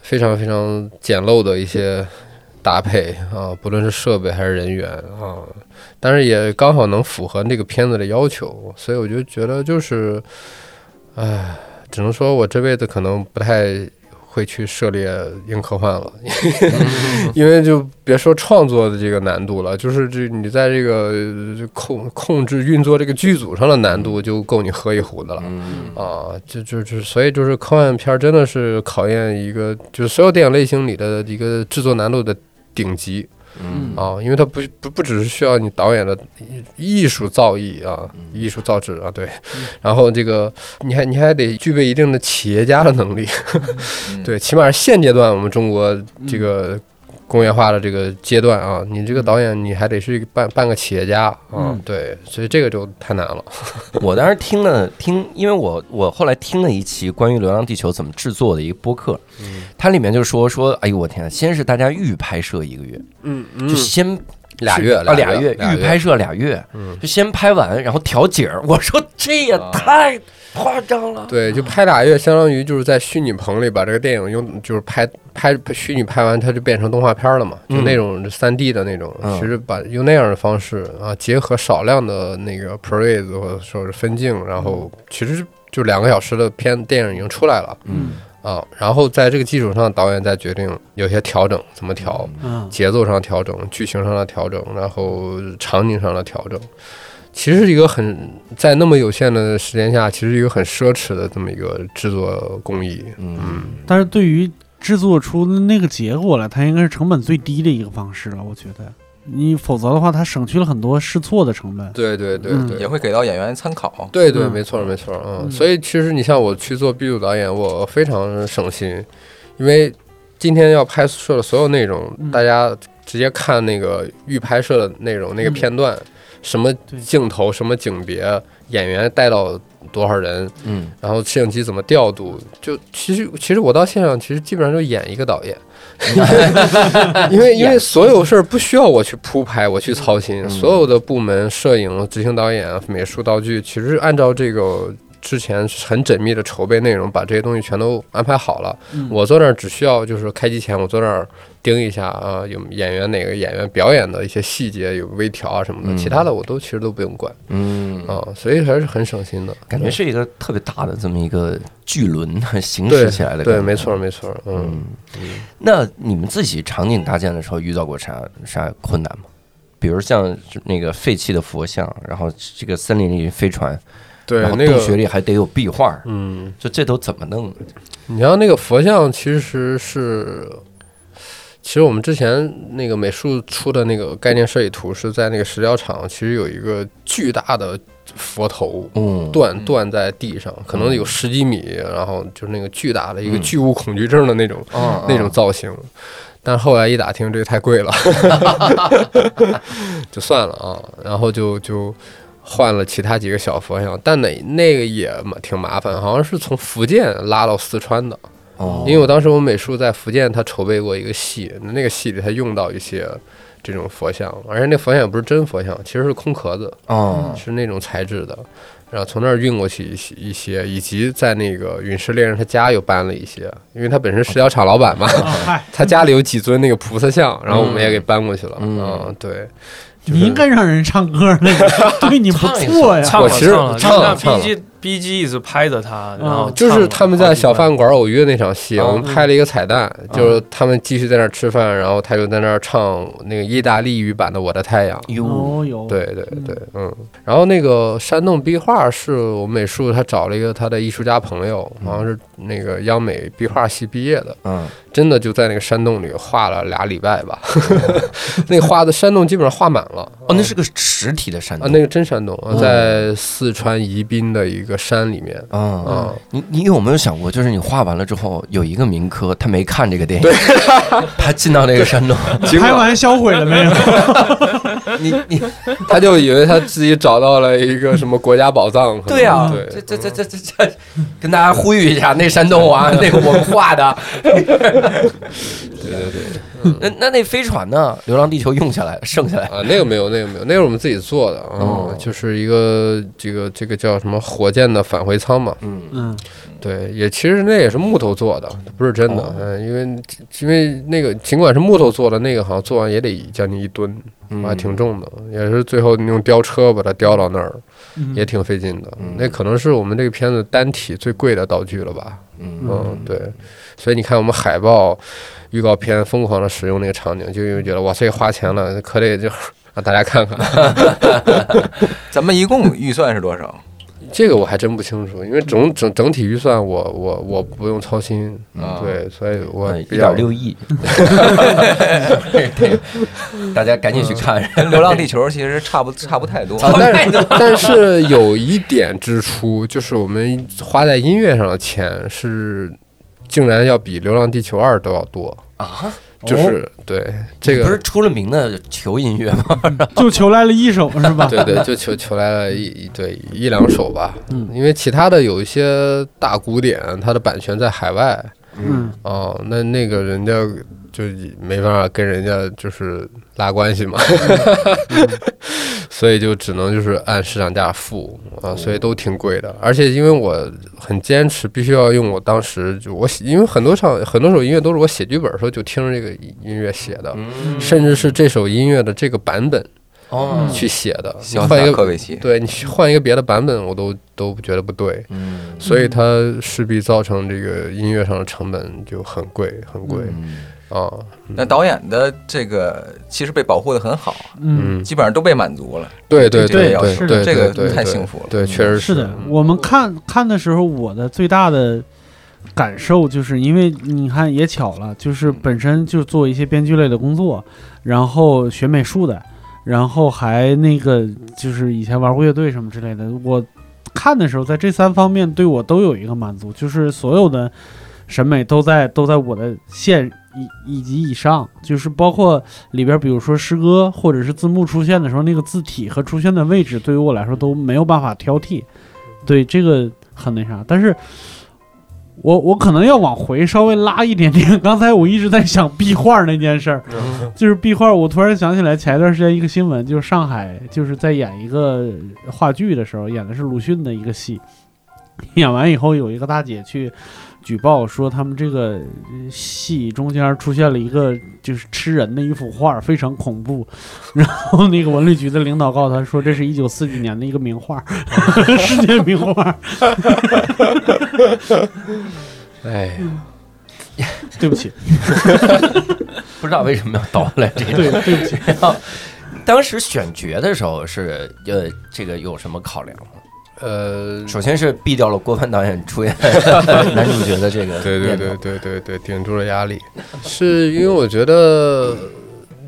S8: 非常非常简陋的一些搭配啊，不论是设备还是人员啊，但是也刚好能符合那个片子的要求，所以我就觉得就是，唉，只能说我这辈子可能不太会去涉猎硬科
S2: *laughs*
S8: 幻了，因为就别说创作的这个难度了，就是这你在这个呃控控制运作这个剧组上的难度就够你喝一壶的了。
S2: 嗯
S8: 啊，就就就，所以就是科幻片儿真的是考验一个，就是所有电影类型里的一个制作难度的顶级
S2: 嗯
S8: 啊，因为它不不不只是需要你导演的艺术造诣啊，
S2: 嗯
S8: 艺术造诣啊，对，然后这个你还你还得具备一定的企业家的能力， *laughs* 对，起码是现阶段我们中国这个工业化的这个阶段啊，你这个导演你还得是一个半半个企业家啊
S3: 嗯，
S8: 对，所以这个就太难了，
S2: 我当时听了听，因为我我后来听了一期关于《流浪地球》怎么制作的一个播客，
S8: 嗯
S2: 它里面就说说，哎呦我天啊，先是大家预拍摄一个月，
S8: 嗯
S2: 就先
S8: 俩
S2: 去
S8: 月
S2: 啊俩
S8: 月嗯
S2: 预拍摄俩月，就先拍完然后调景儿。 *laughs* 我说这也太夸张了，
S8: 啊对，就拍俩月，相当于就是在虚拟棚里把这个电影用，就是拍拍虚拟拍完，它就变成动画片了嘛，就
S2: 嗯
S8: 那种三 D 的那种。
S2: 嗯
S8: 其实把用那样的方式啊，结合少量的那个 praise 或者说是分镜，然后其实就两个小时的片电影已经出来了
S2: 嗯
S8: 啊，然后在这个基础上，导演再决定有些调整怎么调，
S3: 嗯，
S8: 节奏上的调整、剧情上的调整，然后场景上的调整，其实是一个很在那么有限的时间下，其实一个很奢侈的这么一个制作工艺。
S2: 嗯
S8: 嗯，
S3: 但是对于制作出那个结果来，它应该是成本最低的一个方式了，我觉得。你否则的话，它省去了很多试错的成本。
S8: 对对对
S3: 嗯
S8: 对。
S7: 也会给到演员参考。
S8: 对对，
S3: 嗯
S8: 没错没错，嗯，
S3: 嗯
S8: 所以其实你像我去做 B 组导演，我非常省心，因为今天要拍摄的所有内容，
S3: 嗯
S8: 大家直接看那个预拍摄的内容，那个
S3: 嗯
S8: 片段，什么
S3: 对
S8: 镜头、什么景别，演员带到多少人，
S2: 嗯
S8: 然后摄影机怎么调度，就其实其实我到现场其实基本上就演一个导
S2: *laughs*
S8: 演，因为因为所有事儿不需要我去铺排，我去操
S2: 嗯
S8: 心，所有的部门摄影、执行导演、美术、道具，其实按照这个。之前很缜密的筹备内容，把这些东西全都安排好了。
S3: 嗯
S8: 我坐那儿只需要就是开机前，我坐那儿盯一下啊，有演员哪个演员表演的一些细节有微调啊什么的，
S2: 嗯
S8: 其他的我都其实都不用管
S2: 嗯，
S8: 啊，所以还是很省心的。
S2: 感觉是一个特别大的这么一个巨轮 *laughs* 行
S8: 对
S2: 驶起来的，
S8: 对，没。错没错，嗯。
S2: 嗯，那你们自己场景搭建的时候遇到过啥啥困难吗？比如像那个废弃的佛像，然后这个森林里飞船，
S8: 对，
S2: 然后
S8: 那
S2: 洞穴
S8: 个，
S2: 里还得有壁画，
S8: 嗯，
S2: 就这都怎么弄的？
S8: 你像那个佛像，其实是，其实我们之前那个美术出的那个概念设计图是在那个石雕厂，其实有一个巨大的佛头。
S2: 嗯，
S8: 断
S7: 嗯
S8: 断在地上，可能有十几米，然后就是那个巨大的一个
S2: 嗯
S8: 巨物恐惧症的那种、
S2: 啊
S8: 那种造型。但后来一打听，这个太贵
S2: *laughs*
S8: 了， *laughs* 就算了啊。然后就就换了其他几个小佛像，但那那个也蛮挺麻烦，好像是从福建拉到四川的。
S2: 哦，
S8: 因为我当时我美术在福建，他筹备过一个戏，那个戏里他用到一些这种佛像，而且那佛像也不是真佛像，其实是空壳子，
S2: 哦，
S8: 嗯是那种材质的。然后从那儿运过去一些，一些，以及在那个陨石猎人他家又搬了一些，因为他本身石雕厂老板嘛， *laughs*
S3: 啊 *laughs* 嗨，
S8: 他家里有几尊那个菩萨像，然后我们也给搬过去了。
S2: 嗯
S8: 对，
S3: 你应该让人唱歌那个，对你不错呀。
S9: 唱了
S8: 哎
S9: *laughs*
S8: 我其实
S9: 唱了，
S8: 唱了
S9: 那
S8: 唱了
S9: B G B G 一直拍着他，然后
S8: 就是他们在小
S9: 唱了好
S8: 饭馆偶遇的那场戏，
S9: 嗯
S8: 我们拍了一个彩蛋，就是他们继续在那儿吃饭，然后他就在那儿唱那个意大利语版的《我的太阳》。
S2: 哟，
S3: 哦有，
S8: 对对对，嗯。然后那个山洞壁画是我们美术，他找了一个他的艺术家朋友，好像是那个央美壁画系毕业的，
S2: 嗯，
S8: 真的就在那个山洞里画了俩礼拜吧。 *laughs* 那个画的山洞基本上画满了
S2: 哦，那是个实体的山
S8: 啊，
S2: 洞
S8: 那个真山洞啊
S2: 嗯
S8: 在四川宜宾的一个山里面。
S2: 嗯嗯，
S8: 啊，
S2: 你你有没有想过，就是你画完了之后，有一个民科他没看这个电影， *laughs* 他进到那个山洞，
S5: 结
S3: 拍
S5: 果
S3: 完销毁了
S8: *laughs*
S3: 没有？
S2: 你你
S8: 他就以为他自己找到了一个什么国家宝藏。可
S2: *laughs*
S8: 能
S2: 对
S3: 啊
S2: 啊呀，
S8: 对
S2: 这这这这这这，跟大家呼吁一下，那山洞
S3: *laughs*
S2: 啊，那个我们画
S8: *laughs*
S2: 的，嗯
S8: 对对对。
S2: 那那那飞船呢？流浪地球用下来剩
S8: *laughs*
S2: 下来，
S8: 啊，那个没有，那个没有，那是我们自己做的啊，
S2: 哦
S8: 就是一个这个这个叫什么火箭的返回舱嘛，
S2: 嗯
S3: 嗯，
S8: 对，也其实那也是木头做的，不是真的，
S2: 哦
S8: 嗯、因为因为那个尽管是木头做的，那个好像做完也得将近一吨，
S2: 嗯
S8: 还挺重的，也是最后你用吊车把它吊到那儿，
S3: 嗯
S8: 也挺费劲的，
S2: 嗯
S8: 那可能是我们这个片子单体最贵的道具了吧，
S2: 嗯
S8: 嗯，对，所以你看我们海报、预告片疯狂的使用那个场景，就因为觉得哇，这花钱了，可得就 *laughs* 让大家看 *laughs* 看。
S7: 咱们一共预算是多少？
S8: 这个我还真不清楚，因为整整整体预算我我我不用操心，
S7: 啊
S8: 对，所以我
S2: 嗯，一
S8: 比较
S2: 点六
S8: *laughs*
S2: 亿，对大家赶紧去看。
S8: 嗯
S7: 跟《流浪地球》其实差不差不太多。
S8: 啊，但是 *laughs* 但是有一点支出，就是我们花在音乐上的钱是竟然要比《流浪地球二》都要多
S2: 啊！
S8: 就是对这个
S2: 不是出了名的球音乐吗？
S3: 就求来了一手是吧？
S8: 对对，就求求来了一一对一两首吧，
S3: 嗯
S8: 因为其他的有一些大古典，它的版权在海外
S3: 嗯，
S8: 哦，那那个人家就没办法跟人家就是拉关系嘛，
S2: 嗯
S8: *laughs* 所以就只能就是按市场价付啊，
S2: 嗯
S8: 所以都挺贵的。而且因为我很坚持，必须要用我当时就我写，因为很多场很多首音乐都是我写剧本的时候就听着这个音乐写的，
S2: 嗯
S8: 甚至是这首音乐的这个版本。
S2: 哦，
S8: 去写的，你
S7: 潇
S8: 换一
S7: 洒
S8: 个
S7: 科维奇，
S8: 对你去换一个别的版本，我都都觉得不对，
S2: 嗯
S8: 所以它势必造成这个音乐上的成本就很贵，很贵啊，
S7: 嗯那导演的这个其实被保护的很好，
S3: 嗯，
S8: 嗯，
S7: 基本上都被满足
S8: *laughs*
S7: 了。
S8: 对对
S7: 这个
S8: 对
S7: 要
S8: 对
S3: 是
S8: 对，
S7: 这个
S8: 对对
S7: 太幸福了
S8: 对，确实
S3: 是的，
S8: 嗯
S3: 我们看看的时候，我的最大的感受就是因为你看也巧了，就是
S8: 嗯
S3: 本身就做一些编剧类的工作，然后学美术的，然后还那个就是以前玩过乐队什么之类的，我看的时候在这三方面对我都有一个满足，就是所有的审美都在都在我的线。以以及以上，就是包括里边，比如说诗歌或者是字幕出现的时候，那个字体和出现的位置，对于我来说都没有办法挑剔。对，这个很那啥，但是我我可能要往回稍微拉一点点。 *laughs* 刚才我一直在想壁画那件事儿，就是壁画，我突然想起来前一段时间一个新闻，就是上海就是在演一个话剧的时候，演的是鲁迅的一个戏，演完以后有一个大姐去。举报说他们这个呃戏中间出现了一个就是吃人的一幅画，非常恐怖。 *laughs* 然后那个文旅局的领导告诉他说，这是一九四几年的一个名画， *laughs* 世界名画。
S8: 哎，
S3: 对不起，
S2: 不知道为什么要倒来这
S3: 对
S2: 个。
S3: 对不起，
S2: 当时选角的时候是呃，这个有什么考量吗？
S8: 呃，
S2: 首先是避掉了郭帆导演出演
S8: *laughs*
S2: 男主角的这个，
S8: 对对对，对对对，顶住了压力， *laughs* 是因为我觉得，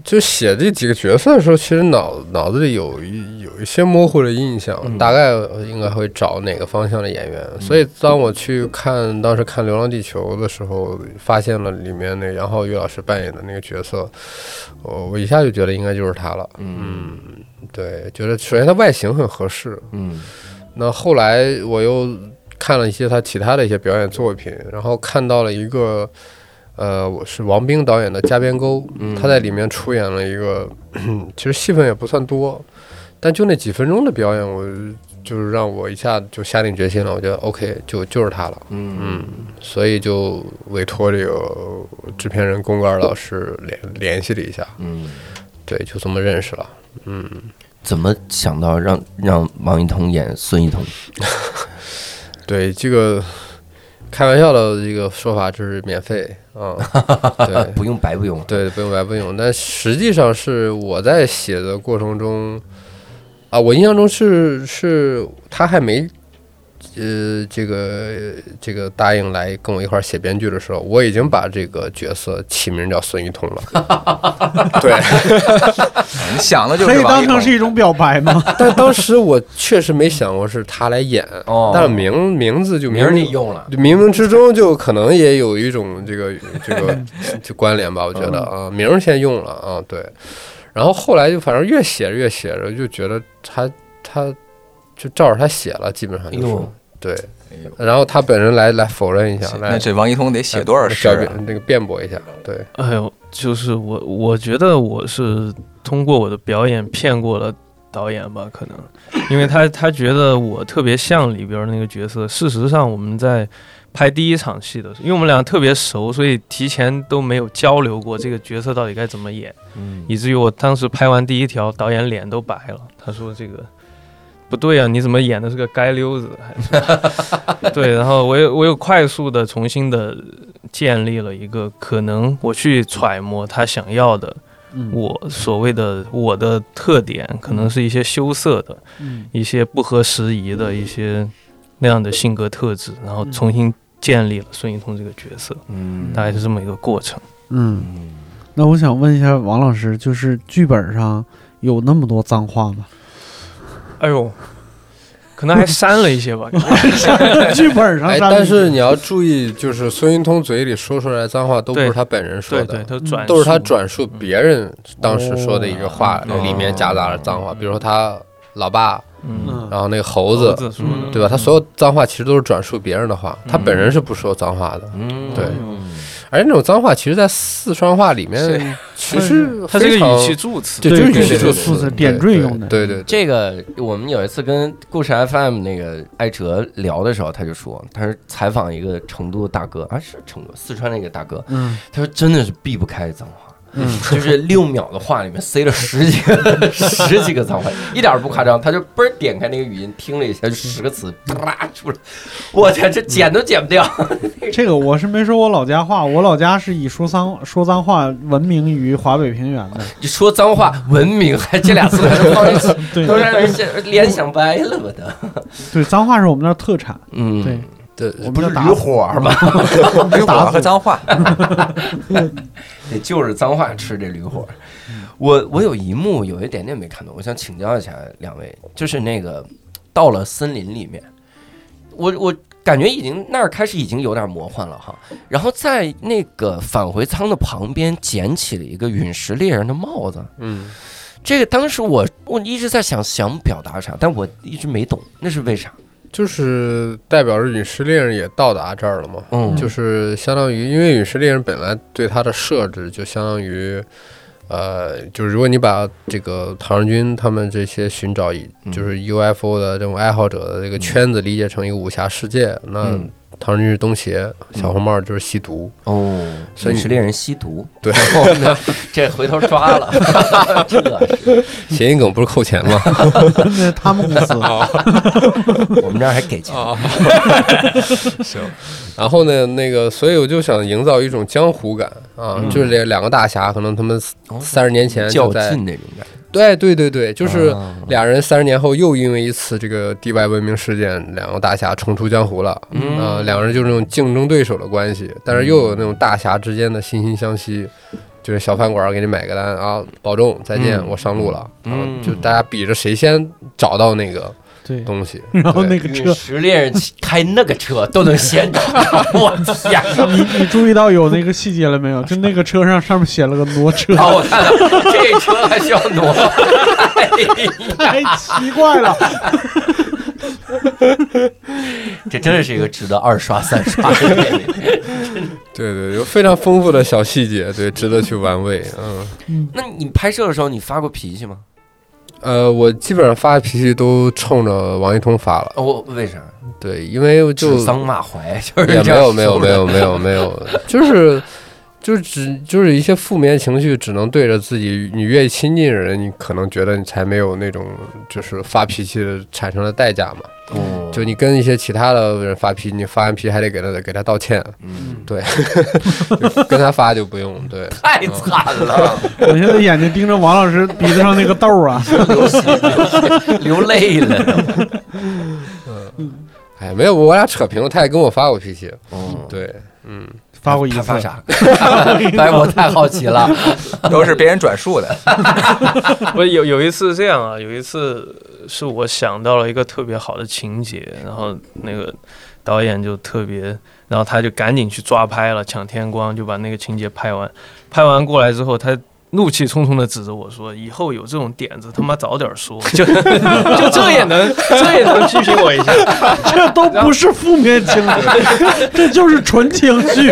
S8: 就写这几个角色的时候，其实脑脑子里有一有一些模糊的印象，
S2: 嗯
S8: 大概应该会找哪个方向的演员。所以当我去看当时看《流浪地球》的时候，发现了里面那个杨浩宇老师扮演的那个角色，我我一下就觉得应该就是他了。
S2: 嗯
S8: 嗯，对，觉得首先他外形很合适，
S2: 嗯
S8: 那后来我又看了一些他其他的一些表演作品，然后看到了一个，呃，我是王冰导演的《加边沟》，
S2: 嗯
S8: 他在里面出演了一个， *clears throat* 其实戏份也不算多，但就那几分钟的表演，我就是让我一下就下定决心了，我觉得 OK，就就是他了。
S2: 嗯
S8: 嗯，所以就委托这个制片人龚格尔老师联联系了一下，
S2: 嗯，
S8: 对，就这么认识了。
S2: 怎么想到让让王一彤演孙一彤？
S8: 对这个开玩笑的一个说法就是免费 *laughs* 啊、对
S2: 呃不用白不用，
S8: 对，不用白不用。但实际上是我在写的过程中，啊，我印象中是是他还没，呃，这个这个答应来跟我一块儿写编剧的时候，我已经把这个角色起名叫孙一通了。对，
S7: 你想的就
S3: 可
S7: 是
S3: 以
S7: 王
S3: 当
S7: 一
S3: 成是
S7: 彤，
S3: 一种表白吗？
S8: *laughs* 但当时我确实没想过是他来演，
S2: 哦
S8: 但是名名字就
S2: 明
S8: 明
S2: 儿你用了，
S8: 冥冥之中就可能也有一种这个这个就关联吧，我觉得啊，名儿先用了啊，对，然后后来就反正越写着越写着，就觉得他他就照着他写了，基本上就
S2: 哎
S8: 是
S2: 呦
S8: 对，然后他本人来来否认一下，来呃
S7: 那这王一彤得写多少诗、
S8: 小
S7: 啊？
S8: 辩那个辩驳一下，对，
S9: 哎呦，就是我，我觉得我是通过我的表演骗过了导演吧，可能，因为他他觉得我特别像里边那个角色。事实上，我们在拍第一场戏的时候，因为我们俩特别熟，所以提前都没有交流过这个角色到底该怎么演，
S2: 嗯，
S9: 以至于我当时拍完第一条，导演脸都白了，他说这个。不对啊！你怎么演的是个街溜子？还是 *laughs* 对，然后我又我又快速的重新的建立了一个可能，我去揣摩他想要的，
S3: 嗯
S9: 我所谓的我的特点，可能是一些羞涩的，
S3: 嗯
S9: 一些不合时宜的一些那样的性格特质，然后重新建立了孙一通这个角色，
S2: 嗯
S9: 大概是这么一个过程。
S3: 嗯，那我想问一下王老师，就是剧本上有那么多脏话吗？ *laughs*
S9: 哎呦，可能还删了一些吧，
S3: 剧本上
S8: 哎，
S3: 删了一些，
S8: 但是你要注意，就是孙云通嘴里说出来的脏话都不是
S9: 对
S8: 他本人说
S9: 对
S8: 的
S9: 对，，都转
S8: 都是他
S9: 述
S8: 转述别人当时说的一
S3: 哦
S8: 个话，里面夹杂着脏话，比如说他老爸，
S9: 嗯
S3: 嗯
S8: 然后那个猴子，嗯
S9: 子说的，
S8: 对吧？他所有脏话其实都是转述别人的话，他本人是不说脏话的。
S2: 嗯，
S8: 对而且那种脏话，其实，在四川话里面，其实
S9: 嗯他是
S8: 非
S9: 个
S8: 常
S9: 语气助词，
S8: 对，就是
S3: 对
S8: 语
S3: 对
S8: 气助
S3: 对对
S8: 词，
S3: 对点缀用的
S8: 对对，对
S2: 这个我们有一次跟故事 FM 那个艾哲聊的时候，他就说，他是采访一个成都大哥啊，是成都四川那个大哥，
S3: 嗯
S2: 他说真的是避不开脏话，
S3: 嗯
S2: 就是六秒的话里面塞了十几 *laughs* 个十几个脏话，一点儿不夸张，他就嘣儿点开那个语音听了一下，就十个词啪出来，我天，这剪都剪不掉，
S3: 这个我是没说我老家话，我老家是以说脏说脏话闻名于华北平原的。
S2: 你说脏话文明还这俩词还能放一起，
S3: *laughs* 对
S2: 都让人先联想歪了吧的，
S3: 对，脏话是我们那儿特产，
S2: 嗯，
S3: 对，
S8: 对
S3: 我
S2: 不
S3: 们
S2: 是
S3: 叫
S2: 驴
S3: 打
S2: 火吗？
S7: 哎呦，我和脏话，
S3: 嗯
S2: *laughs* 得就是脏话吃这驴火。我我有一幕有一点点没看懂，我想请教一下两位，就是那个到了森林里面，我我感觉已经那儿开始已经有点魔幻了哈。然后在那个返回舱的旁边捡起了一个陨石猎人的帽子，
S8: 嗯，
S2: 这个当时我我一直在想想表达啥，但我一直没懂那是为啥。
S8: 就是代表着陨石猎人也到达这儿了嘛，
S2: 嗯，
S8: 就是相当于，因为陨石猎人本来对它的设置就相当于，呃，就是如果你把这个唐人军他们这些寻找以
S2: 嗯
S8: 就是 UFO 的这种爱好者的这个圈子理解成一个武侠世界，那
S2: 嗯
S8: 唐人军是东邪，小红帽就是吸毒，
S2: 哦，
S8: 所以
S2: 陨石猎人吸毒，
S8: 对
S2: 然后 *laughs* 呢，这回头抓了，这是。
S8: 谐音梗不是扣钱吗？
S3: 那是他们公司。
S2: *laughs* 我们这儿还给钱。
S8: 然后呢，那个，所以我就想营造一种江湖感啊，就是这两个大侠，可能他们
S2: 哦
S8: 三十年前
S2: 嗯较
S8: 就在
S2: 劲那种感觉，
S8: 对对对对，就是
S2: 啊
S8: 俩人三十年后又因为一次这个地外文明事件，两个大侠重出江湖了。
S2: 嗯
S8: 啊、两人就是那种竞争对手的关系，但是又有那种大侠之间的惺惺相惜。就是小饭馆给你买个单啊，保重，再见，
S2: 嗯
S8: 我上路了。
S2: 嗯
S8: 啊就大家比着谁先找到那个
S3: 对，
S8: 东西。
S2: 嗯
S3: 然后
S8: 对
S3: 那个
S2: 陨
S3: 车，
S2: 石猎人开那个车都能先 *laughs* 到，我天！
S3: 你你注意到有那个细节了没有？就那个车上上面写了个挪
S2: *laughs*
S3: 车，
S2: 啊，我看到这车还需要挪，
S3: 太奇怪了。
S2: *laughs* 这真的是一个值得二刷三刷的 *laughs* 电影。
S8: 对对，有非常丰富的小细节，对，值得去玩味。嗯，
S2: 那你拍摄的时候你发过脾气吗？
S8: 呃，我基本上发脾气都冲着王一通发了。
S2: 哦，我为啥？
S8: 对，因为我就
S2: 指桑骂槐就是
S8: *laughs* 也
S2: 这
S8: 没
S2: 样
S8: 有没有
S2: 说
S8: 没
S2: 的
S8: 有没有没有，就是就是只就是一些负面情绪，只能对着自己。你越亲近人，你可能觉得你才没有那种就是发脾气的产生的代价嘛。
S2: 嗯
S8: 就你跟一些其他的人发脾气，你发完脾气还得给他给他道歉，
S2: 嗯
S8: *laughs* 对，就跟他发就不用对。
S2: 太惨 *laughs* 了，
S3: *laughs* 我现在眼睛盯着王老师鼻子上那个痘儿啊，
S2: 流血流泪了。
S8: 哎，没有，我俩扯平了，他也跟我发过脾气。
S2: 嗯，
S8: 对，嗯，
S3: *laughs* 发过一
S2: 他
S3: 次，
S2: 发
S3: *laughs*
S2: 啥？哎，我太好奇了。
S7: *laughs* 都是别人转述的。
S9: 不是有有一次这样啊，有一次是我想到了一个特别好的情节，然后那个导演就特别，然后他就赶紧去抓拍了，抢天光就把那个情节拍完，拍完过来之后他。怒气冲冲的指着我说：“以后有这种点子，他妈早点说， *laughs* 就就这也能这也能批评我一下。
S3: 这都不是负面情 *laughs* 绪，这就是纯情绪。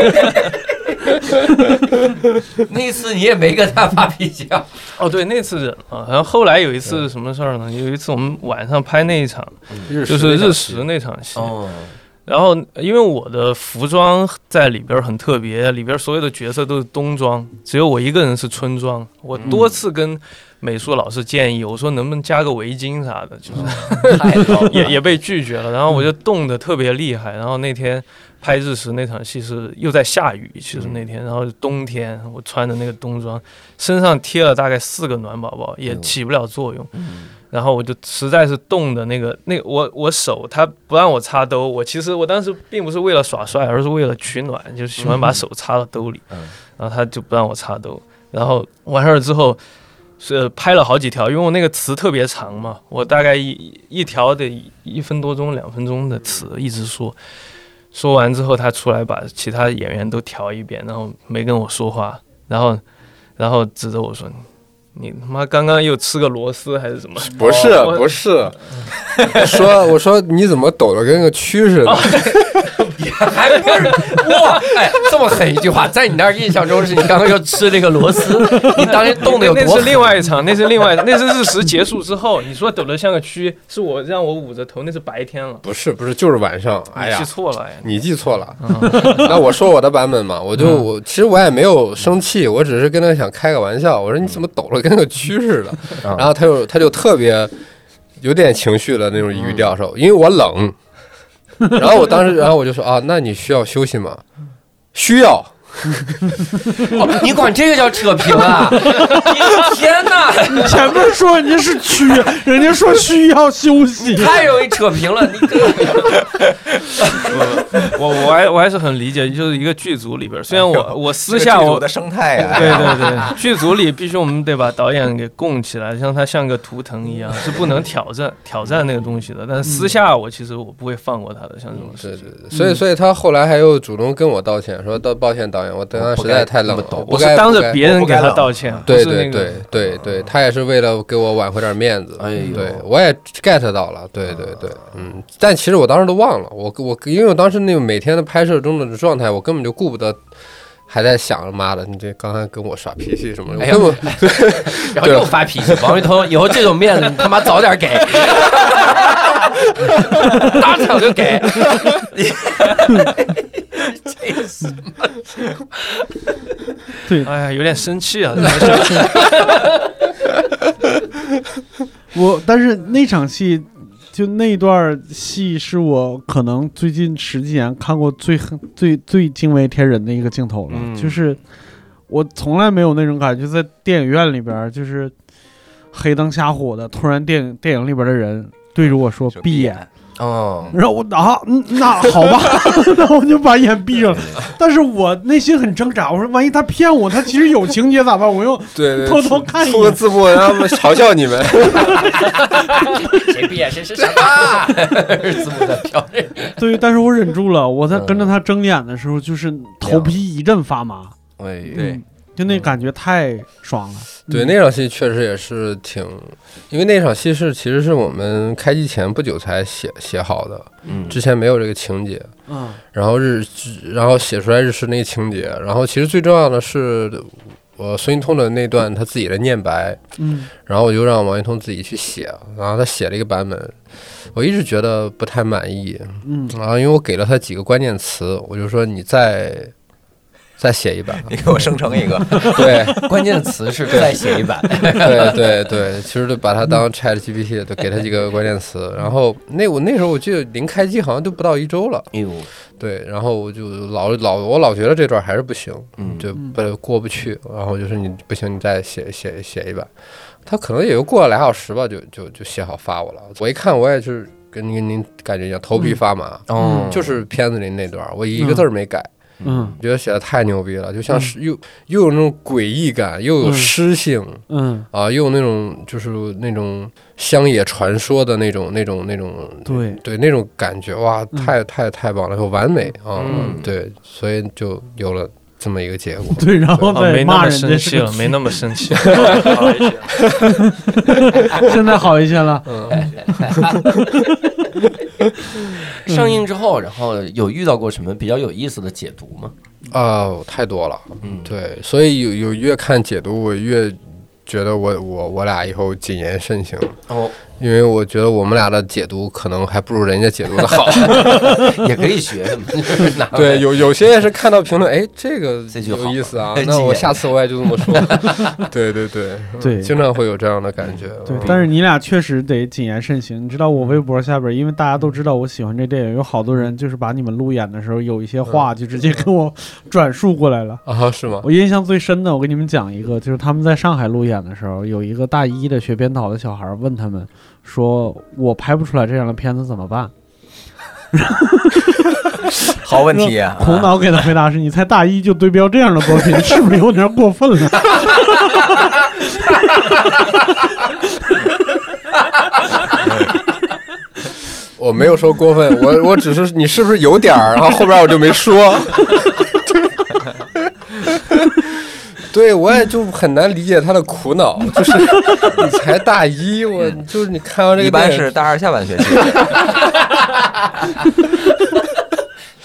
S2: 那次你也没跟他发脾气啊？”
S9: 哦，对，那次忍了。然后后来有一次什么事儿呢？有一次我们晚上拍那一场，就是日食那场戏。
S2: 哦，
S9: 然后，因为我的服装在里边儿很特别，里边儿所有的角色都是冬装，只有我一个人是春装。我多次跟美术老师建议，我说能不能加个围巾啥的，就是
S2: 太好了。
S9: 也也被拒绝了。然后我就冻得特别厉害。然后那天拍日食那场戏是又在下雨，其实那天，然后冬天我穿的那个冬装，身上贴了大概四个暖宝宝，也起不了作用。然后我就实在是冻的那个那个我我手他不让我插兜，我其实我当时并不是为了耍帅，而是为了取暖，就喜欢把手插到兜里。
S2: 嗯
S9: 然后他就不让我插兜，然后完事儿之后。是呃拍了好几条，因为我那个词特别长嘛，我大概一一条得一分多钟、两分钟的词一直说，说完之后他出来把其他演员都调一遍，然后没跟我说话，然后然后指着我说：“你他妈刚刚又吃个螺丝还是什么？”
S8: 不是
S9: 我
S8: 不是，说我说你怎么抖得跟个蛆似的？ *laughs*
S2: 还不是哇！哎，这么狠一句话，在你那儿印象中是你刚刚又吃那个螺丝，你当时 *laughs* 冻得有
S9: 那
S2: 多
S9: *laughs* 那
S2: 狠
S9: 是另外一场，那是另外，那是日食结束之后，你说抖得像个蛆，是我让我捂着头，那是白天了，
S8: 不是不是，就是晚上。哎呀
S9: 你记，错了哎。
S8: 你记错了。 *laughs* 那我说我的版本嘛，我就
S9: 嗯
S8: 我其实我也没有生气，我只是跟他想开个玩笑。我说你怎么抖了跟个蛆似的？
S2: 嗯
S8: 然后他就他就特别有点情绪的那种语调
S9: 嗯
S8: 说，因为我冷。然后我当时，然后我就说啊，那你需要休息吗？需要。
S2: 哦你管这个叫扯平啊？你天哪，
S3: 前面说人家是屈，人家说需要休息。
S2: 太容易扯平了！你这个
S9: *laughs* 我我还我还是很理解，就是一个剧组里边儿，虽然我我私下
S7: 哎这个剧
S9: 我
S7: 组的生态啊呀、
S9: 对对对，剧组里必须我们得把导演给供起来，让他像个图腾一样，是不能挑战挑战那个东西的。但是私下我其实我不会放过他的，像这种
S8: 对
S9: 事情
S8: 对。对，所以所以他后来还又主动跟我道歉，说道抱歉导演，我刚刚实在太冷了，哦不
S9: 我是
S8: 该
S9: 当
S8: 不
S9: 着
S8: 该
S9: 别人给他道歉，不
S8: 对
S9: 是
S8: 对对
S9: 那个。
S3: 哦
S8: 对对，他也是为了给我挽回点面子。
S2: 哎呦啊
S8: 对我也 get 到了，对对对，嗯，但其实我当时都忘了，我我因为我当时那个每天的拍摄中的状态，我根本就顾不得。还在想着妈的，你这刚才跟我耍脾气什么的，我
S2: 哎呀
S8: 根本
S2: 然后又发脾气，王一通，以后这种面子你他妈早点给，当场就给。
S9: 哎呀，有点生气
S8: *laughs*
S9: 啊！
S3: *laughs* 我但是那场戏，就那段戏是我可能最近十几年看过最恨最最惊为天人的一个镜头了，
S9: 嗯
S3: 就是我从来没有那种感觉，在电影院里边儿就是黑灯瞎火的，突然电影电影里边的人对着我说
S7: 就
S3: 闭
S7: 闭
S3: 眼
S7: 眼。
S2: 哦，
S3: 然后我啊，嗯那好吧， *laughs* 那我就把眼闭上了。但是我内心很挣扎，我说万一他骗我，他其实有情节咋办？我又
S8: 对对
S3: *laughs* 偷偷看一
S8: 出个
S3: 眼。
S8: 字幕，然后他们嘲笑你们。
S2: 谁闭眼谁是傻啊 *laughs* 瓜，字幕在飘着。
S3: 对，但是我忍住了。我在跟着他睁眼的时候，就是头皮一阵发麻，
S2: *laughs* 哎呦，
S7: 对
S3: 嗯，就那感觉太爽了。
S8: 对，
S3: 嗯
S8: 那场戏确实也是挺，因为那场戏是其实是我们开机前不久才写写好的，
S2: 嗯
S8: 之前没有这个情节。
S3: 嗯
S8: 然后日，然后写出来日式那个情节，然后其实最重要的是，我孙一通的那段他自己的念白，
S3: 嗯，
S8: 然后我就让王一通自己去写，然后他写了一个版本，我一直觉得不太满意，
S3: 嗯
S8: 然后因为我给了他几个关键词，我就说你再再写一版。
S7: 你给我生成一个，
S8: 对
S2: *laughs* 关键词是再写一版，
S8: 对对对，其实就把它当 Chat GPT，就给它几个关键词。然后那我那时候我记得临开机好像都不到一周了，
S2: 哎呦，
S8: 对，然后我就老老我老觉得这段还是不行，
S2: 嗯，
S8: 就不过不去，然后就说你不行，你再写写写一版。他可能也就过了俩小时吧，就就就写好发我了。我一看，我也是跟您您感觉一样，头皮发麻。
S2: 哦，
S8: 就是片子里那段，我一个字儿没改，
S3: 嗯
S8: 觉得写的太牛逼了，就像是又又有那种诡异感，又有
S3: 嗯
S8: 诗性
S3: 嗯，
S8: 啊，又有那种就是那种乡野传说的那种那种那种
S3: 对，
S8: 对那种感觉，哇，
S3: 嗯
S8: 太太太棒了，很完美啊，
S9: 嗯
S8: 对，所以就有了这么一
S3: *laughs*
S8: 个结果。
S3: 对，然后
S9: 哦，
S3: 再
S9: 没那
S3: 骂
S9: 么
S3: 人
S9: 生
S3: 家
S9: 气
S3: 是
S9: 了，没那么生气。
S3: *laughs* 现在好一些了。
S2: 嗯上映之后，然后有遇到过什么比较有意思的解读吗？
S8: 啊、太多了，
S2: 嗯，，
S8: 对，所以有有越看解读，我越觉得我我我俩以后谨言慎行，
S2: 哦，
S8: 因为我觉得我们俩的解读可能还不如人家解读
S2: *laughs*
S8: 的好。
S2: 也可以学 *laughs* 什么，就是拿回来
S8: 对，有有些也是看到评论，哎，这个
S2: 这就好
S8: 有意思啊
S2: 哎，
S8: 那
S2: 谨
S8: 我
S2: 言
S8: 下次我也就这么
S2: *laughs*
S8: 说。对对对，嗯
S3: 对
S8: 经常会有这样的感觉。
S3: 对
S8: 嗯，
S3: 但是你俩确实得谨言慎行。你知道我微博下边，因为大家都知道我喜欢这电影，有好多人就是把你们路演的时候有一些话就直接跟我转述过来了。
S8: 啊，是吗？
S3: 我印象最深的，我给你们讲一个，就是他们在上海路演的时候，有一个大一的学编导的小孩问他们说：“我拍不出来这样的片子怎么办
S7: 好问题啊？”！
S3: 孔导给他回答是：“你才大一就对标这样的作品， *laughs* 是不是有点过分了 *laughs*
S8: 我没有说过分，我
S7: *laughs*
S8: 我只是你是不是有点儿，然后后边我就没说。 *laughs* 对，我也就很难理解他的苦恼，就是
S7: *laughs*
S8: 你才大一，我就是你看完这
S7: 嗯一
S8: 个
S7: 般
S8: 电影
S7: 是大二下半学期，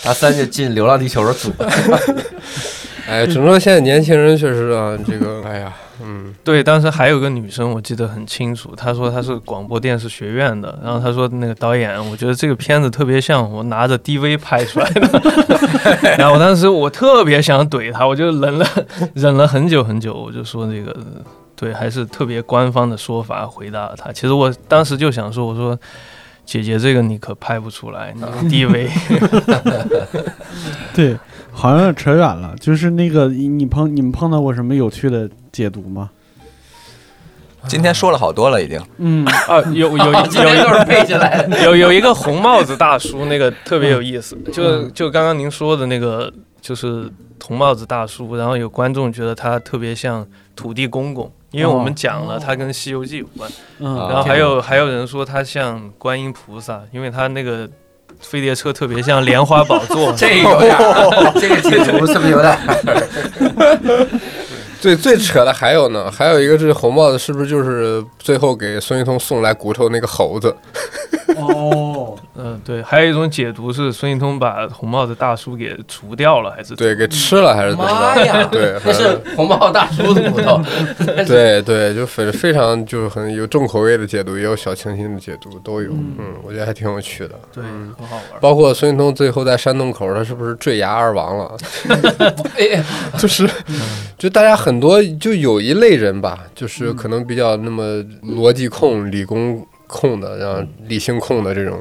S2: 大三就进《流浪地球》的 *laughs* 组，
S8: 哎，只能说现在年轻人确实啊，这
S7: *laughs*
S8: 个，哎呀，嗯，
S9: 对，当时还有个女生，我记得很清楚，她说她是广播电视学院的，然后她说那个导演，我觉得这个片子特别像我拿着 DV 拍出来的， *laughs* 然后我当时我特别想怼她，我就忍了忍了很久很久，我就说这个对，还是特别官方的说法回答了她。其实我当时就想说，我说姐姐这个你可拍不出来，你 DV，？”
S3: 对，好像扯远了。就是那个你你碰你们碰到过什么有趣的解读吗？
S7: 今天说了好多了，已经。
S3: 嗯，
S9: *laughs* 啊，有有有
S2: 今天都是背下来的。，
S9: *laughs* 有有一个红帽子大叔，那个特别有意思，就就刚刚您说的那个，就是红帽子大叔，然后有观众觉得他特别像土地公公，因为我们讲了他跟《西游记》有关，
S3: 嗯
S9: 然后还有还有人说他像观音菩萨，因为他那个飞碟车特别像莲花宝座
S2: *laughs* 这个有点儿，这个解读是不是有点儿？
S8: 最最扯的还有呢，还有一个是红帽子，是不是就是最后给孙云通送来骨头那个猴子？
S3: 哦，
S9: 嗯、对，还有一种解读是孙艺通把红帽子大叔给除掉了，还是
S8: 对，给吃了还是怎么
S2: 妈呀
S8: 着？，对，
S2: *laughs* 那
S8: 反
S2: 是
S8: 正
S2: 红帽大叔的骨 *laughs* 头。
S8: 对对，就非非常就是很有重口味的解读，也有小清新的解读，都有。嗯，我觉得还挺有趣的。
S9: 对，
S2: 嗯
S9: 很好玩。
S8: 包括孙云通最后在山洞口，他是不是坠崖而亡了？
S2: 哎，
S8: *laughs* 就是，就大家很多就有一类人吧，就是可能比较那么逻辑控、理工控的，然后理性控的这种，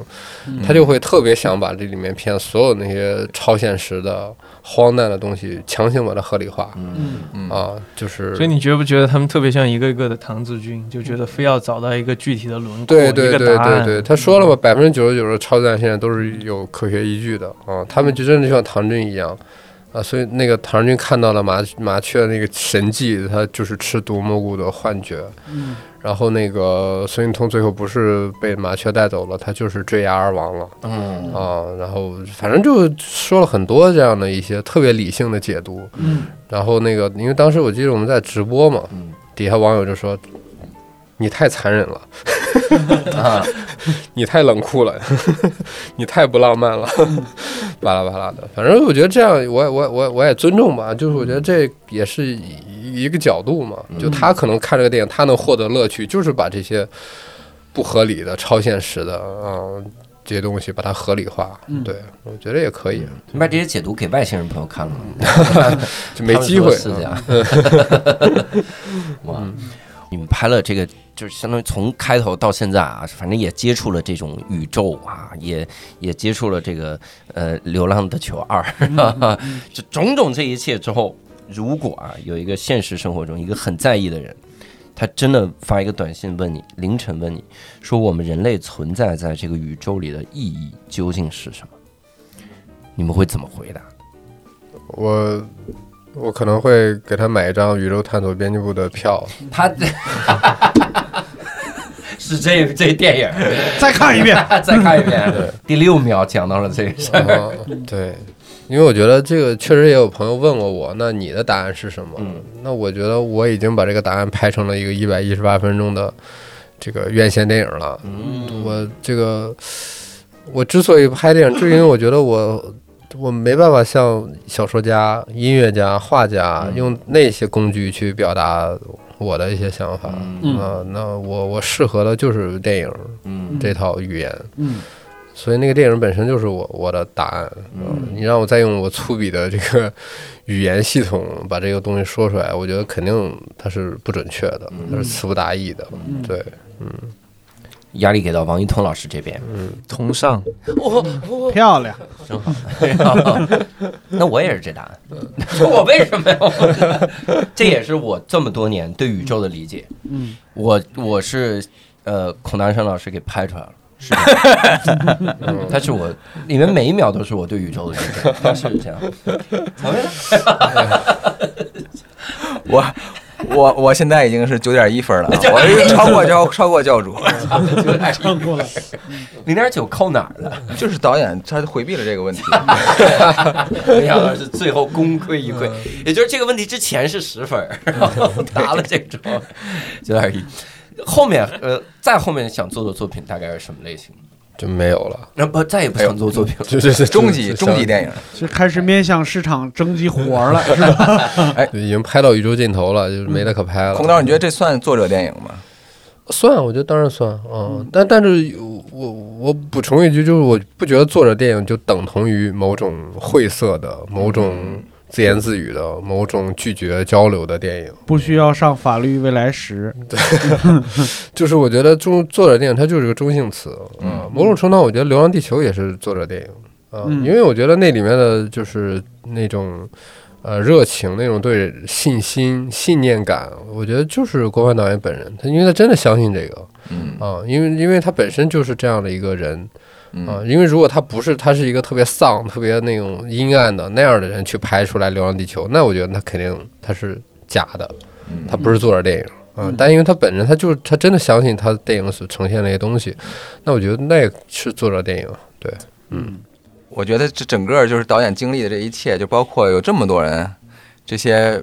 S8: 他就会特别想把这里面片所有那些超现实的、荒诞的东西强行把它合理化
S3: 嗯
S7: 嗯
S8: 啊，就是
S9: 所以你觉不觉得他们特别像一个个的唐志军，就觉得非要找到一个具体的轮廓，
S8: 对对
S9: 一个
S8: 对
S9: 答
S8: 对
S9: 案
S8: 对，他说了嘛，百分之九十九的超自然现象都是有科学依据的啊，他们就真的就像唐骏一样啊，所以那个唐骏看到了麻麻雀那个神迹，他就是吃毒蘑菇的幻觉，
S3: 嗯
S8: 然后那个孙运通最后不是被麻雀带走了，他就是坠崖而亡了
S2: 嗯，
S8: 啊，然后反正就说了很多这样的一些特别理性的解读，
S3: 嗯，
S8: 然后那个因为当时我记得我们在直播嘛
S2: 嗯，
S8: 底下网友就说。你太残忍了，
S2: 啊，
S8: 你太冷酷了， *laughs* 你太不浪漫了， *laughs* 巴拉巴拉的。反正我觉得这样，我也我也我也我也尊重吧，就是我觉得这也是一一个角度嘛。就他可能看这个电影，他能获得乐趣，就是把这些不合理的、超现实的啊、这些东西，把它合理化。对，我觉得也可以，
S2: 你把这些解读给外星人朋友看了吗？
S8: 就没机会。嗯
S2: 是这样。 *laughs* 哇，你们拍了这个，就是相当于从开头到现在啊，反正也接触了这种宇宙啊，也也接触了这个呃《流浪地球二》 *laughs*
S8: 嗯
S2: 就种种这一切之后，如果啊有一个现实生活中一个很在意的人。他真的发一个短信问你，凌晨问你说：“我们人类存在在这个宇宙里的意义究竟是什么？”你们会怎么回答？
S8: 我我可能会给他买一张宇宙探索编辑部的票，
S2: *laughs* 他是这这电影，
S5: 再看一遍，
S2: *laughs* 再看一遍，第六秒讲到了这个事儿。
S8: 啊，对，因为我觉得这个确实也有朋友问过我，那你的答案是什么？
S2: 嗯
S8: 那我觉得我已经把这个答案拍成了一个一百一十八分钟的这个院线电影了。
S2: 嗯
S8: 我这个我之所以拍电影，就是因为我觉得我。我没办法像小说家、音乐家、画家
S2: 嗯
S8: 用那些工具去表达我的一些想法啊、
S2: 嗯
S8: 那我我适合的就是电影
S2: 嗯
S8: 这套语言，
S3: 嗯，
S8: 所以那个电影本身就是我我的答案。嗯，你让我再用我粗鄙的这个语言系统把这个东西说出来，我觉得肯定它是不准确的，它是词不达意的。对，
S2: 压力给到王一通老师这
S5: *laughs*
S2: 边， *laughs*
S9: 同上，
S3: 漂亮，
S2: 正好。那我也是这答案。
S5: 嗯
S2: 说 *laughs* 我为什么呀？ *laughs* 这也是我这么多年对宇宙的理解。
S3: 嗯，
S2: 我我是呃，孔南山老师给拍出来了。
S5: *laughs*
S2: 是的，他是我里面每一秒都是我对宇宙的理解，他是这样。
S7: 我我我现在已经是九点一分了，啊我超过教超过教主，
S3: 看过了，
S2: 零点九扣哪儿了？
S7: 就是导演他回避了这个问题。
S2: 没想到是最后功亏一篑，也就是这个问题之前是十分 *laughs* 儿，然后答了这种九点一。后面呃，再后面想做的作品大概是什么类型？
S8: 就没有了。
S2: 那呃不再也不想做作品了。
S8: 就就是
S7: 终极终极电影，
S3: 就开始面向市场征集活儿
S8: *laughs*
S3: 了，是吧？
S8: 影已经拍到宇宙尽头了，就是没得可拍了。
S7: 嗯孔导，你觉得这算作者电影吗？
S8: 算？我觉得当然算嗯，但但是我我我补充一句，就是我不觉得作者电影就等同于某种晦涩的、某种自言自语的、某种拒绝交流的电影。
S3: 不需要上法律未来时，
S8: 嗯就是我觉得中作者电影它就是个中性词
S7: 嗯
S8: 啊、某种程度上我觉得《流浪地球》也是作者电影啊、
S3: 嗯
S8: 因为我觉得那里面的就是那种呃热情，那种对信心、信念感，我觉得就是郭帆导演本人，他因为他真的相信这个
S7: 嗯
S8: 啊、因为因为他本身就是这样的一个人啊、
S7: 嗯
S8: 因为如果他不是他是一个特别丧、特别那种阴暗的那样的人去拍出来《流浪地球》，那我觉得他肯定他是假的。
S7: 嗯
S8: 他不是作者电影啊，但因为他本人他就是他真的相信他电影所呈现的一些东西，那我觉得那是作者电影。对，
S7: 我觉得这整个就是导演经历的这一切，就包括有这么多人，这些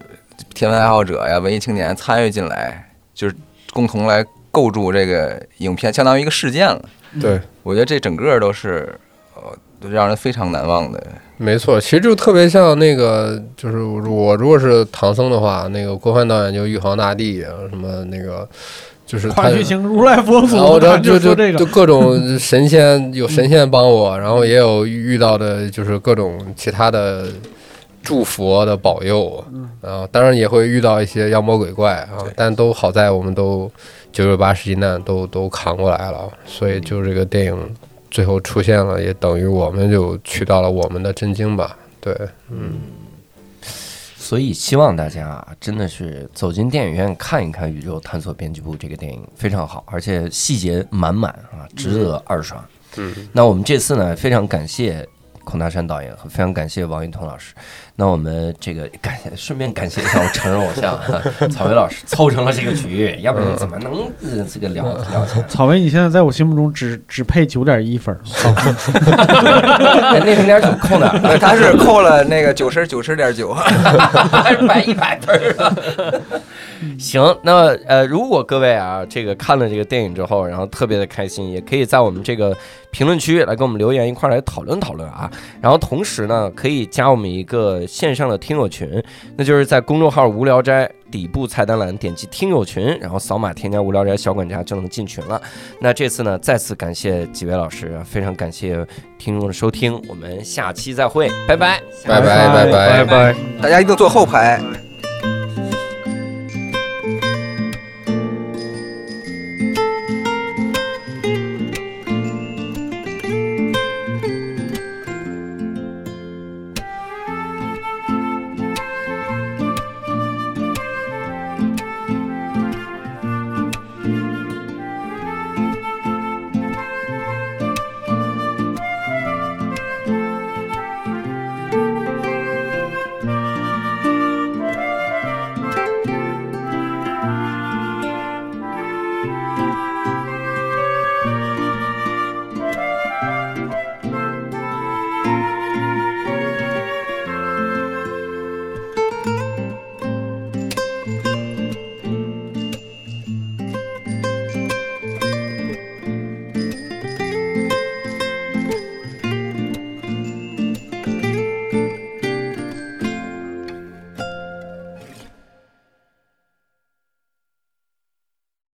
S7: 天文爱好者呀、文艺青年参与进来，就是共同来构筑这个影片，相当于一个事件了。
S8: 对，
S7: 我觉得这整个都是呃，都让人非常难忘的。
S8: 没错，其实就特别像那个，就是我如果是唐僧的话，那个郭帆导演就玉皇大帝啊，什么那个，就是他
S3: 快。去请如来佛祖
S8: 然后，
S3: 咱
S8: 就
S3: 说
S8: 就
S3: 这
S8: 就
S3: 个，
S8: 各种神仙有神仙帮我，然后也有遇到的就是各种其他的祝福的保佑，啊，当然也会遇到一些妖魔鬼怪啊，但都好在我们都九九八十一难都都扛过来了，所以就这个电影最后出现了，也等于我们就去到了我们的真经吧，对，
S2: 所以希望大家啊，真的是走进电影院看一看《宇宙探索编辑部》这个电影，非常好，而且细节满满啊，值得二刷。
S8: 嗯，
S2: 那我们这次呢，非常感谢孔大山导演，和非常感谢王一彤老师。那我们这个感谢，顺便感谢一下我成人偶像 *laughs* 啊草莓老师，凑成了这个局，要不然怎么能呃这个聊聊起来？
S3: 草莓，你现在在我心目中只只配九点一分儿，
S2: 哎那零点九扣哪儿了？
S7: 呃 *laughs* 他是扣了那个九十九十点九，
S2: 还是百一百分儿了行，那呃，如果各位啊，这个看了这个电影之后，然后特别的开心，也可以在我们这个评论区来跟我们留言，一块儿来讨论讨论啊。然后同时呢，可以加我们一个线上的听友群，那就是在公众号“无聊斋”底部菜单栏点击听友群，然后扫码添加“无聊斋小管家”就能进群了。那这次呢，再次感谢几位老师，非常感谢听众的收听，我们下期再会，拜拜。
S8: 拜拜拜拜。
S7: 大家一定坐后排。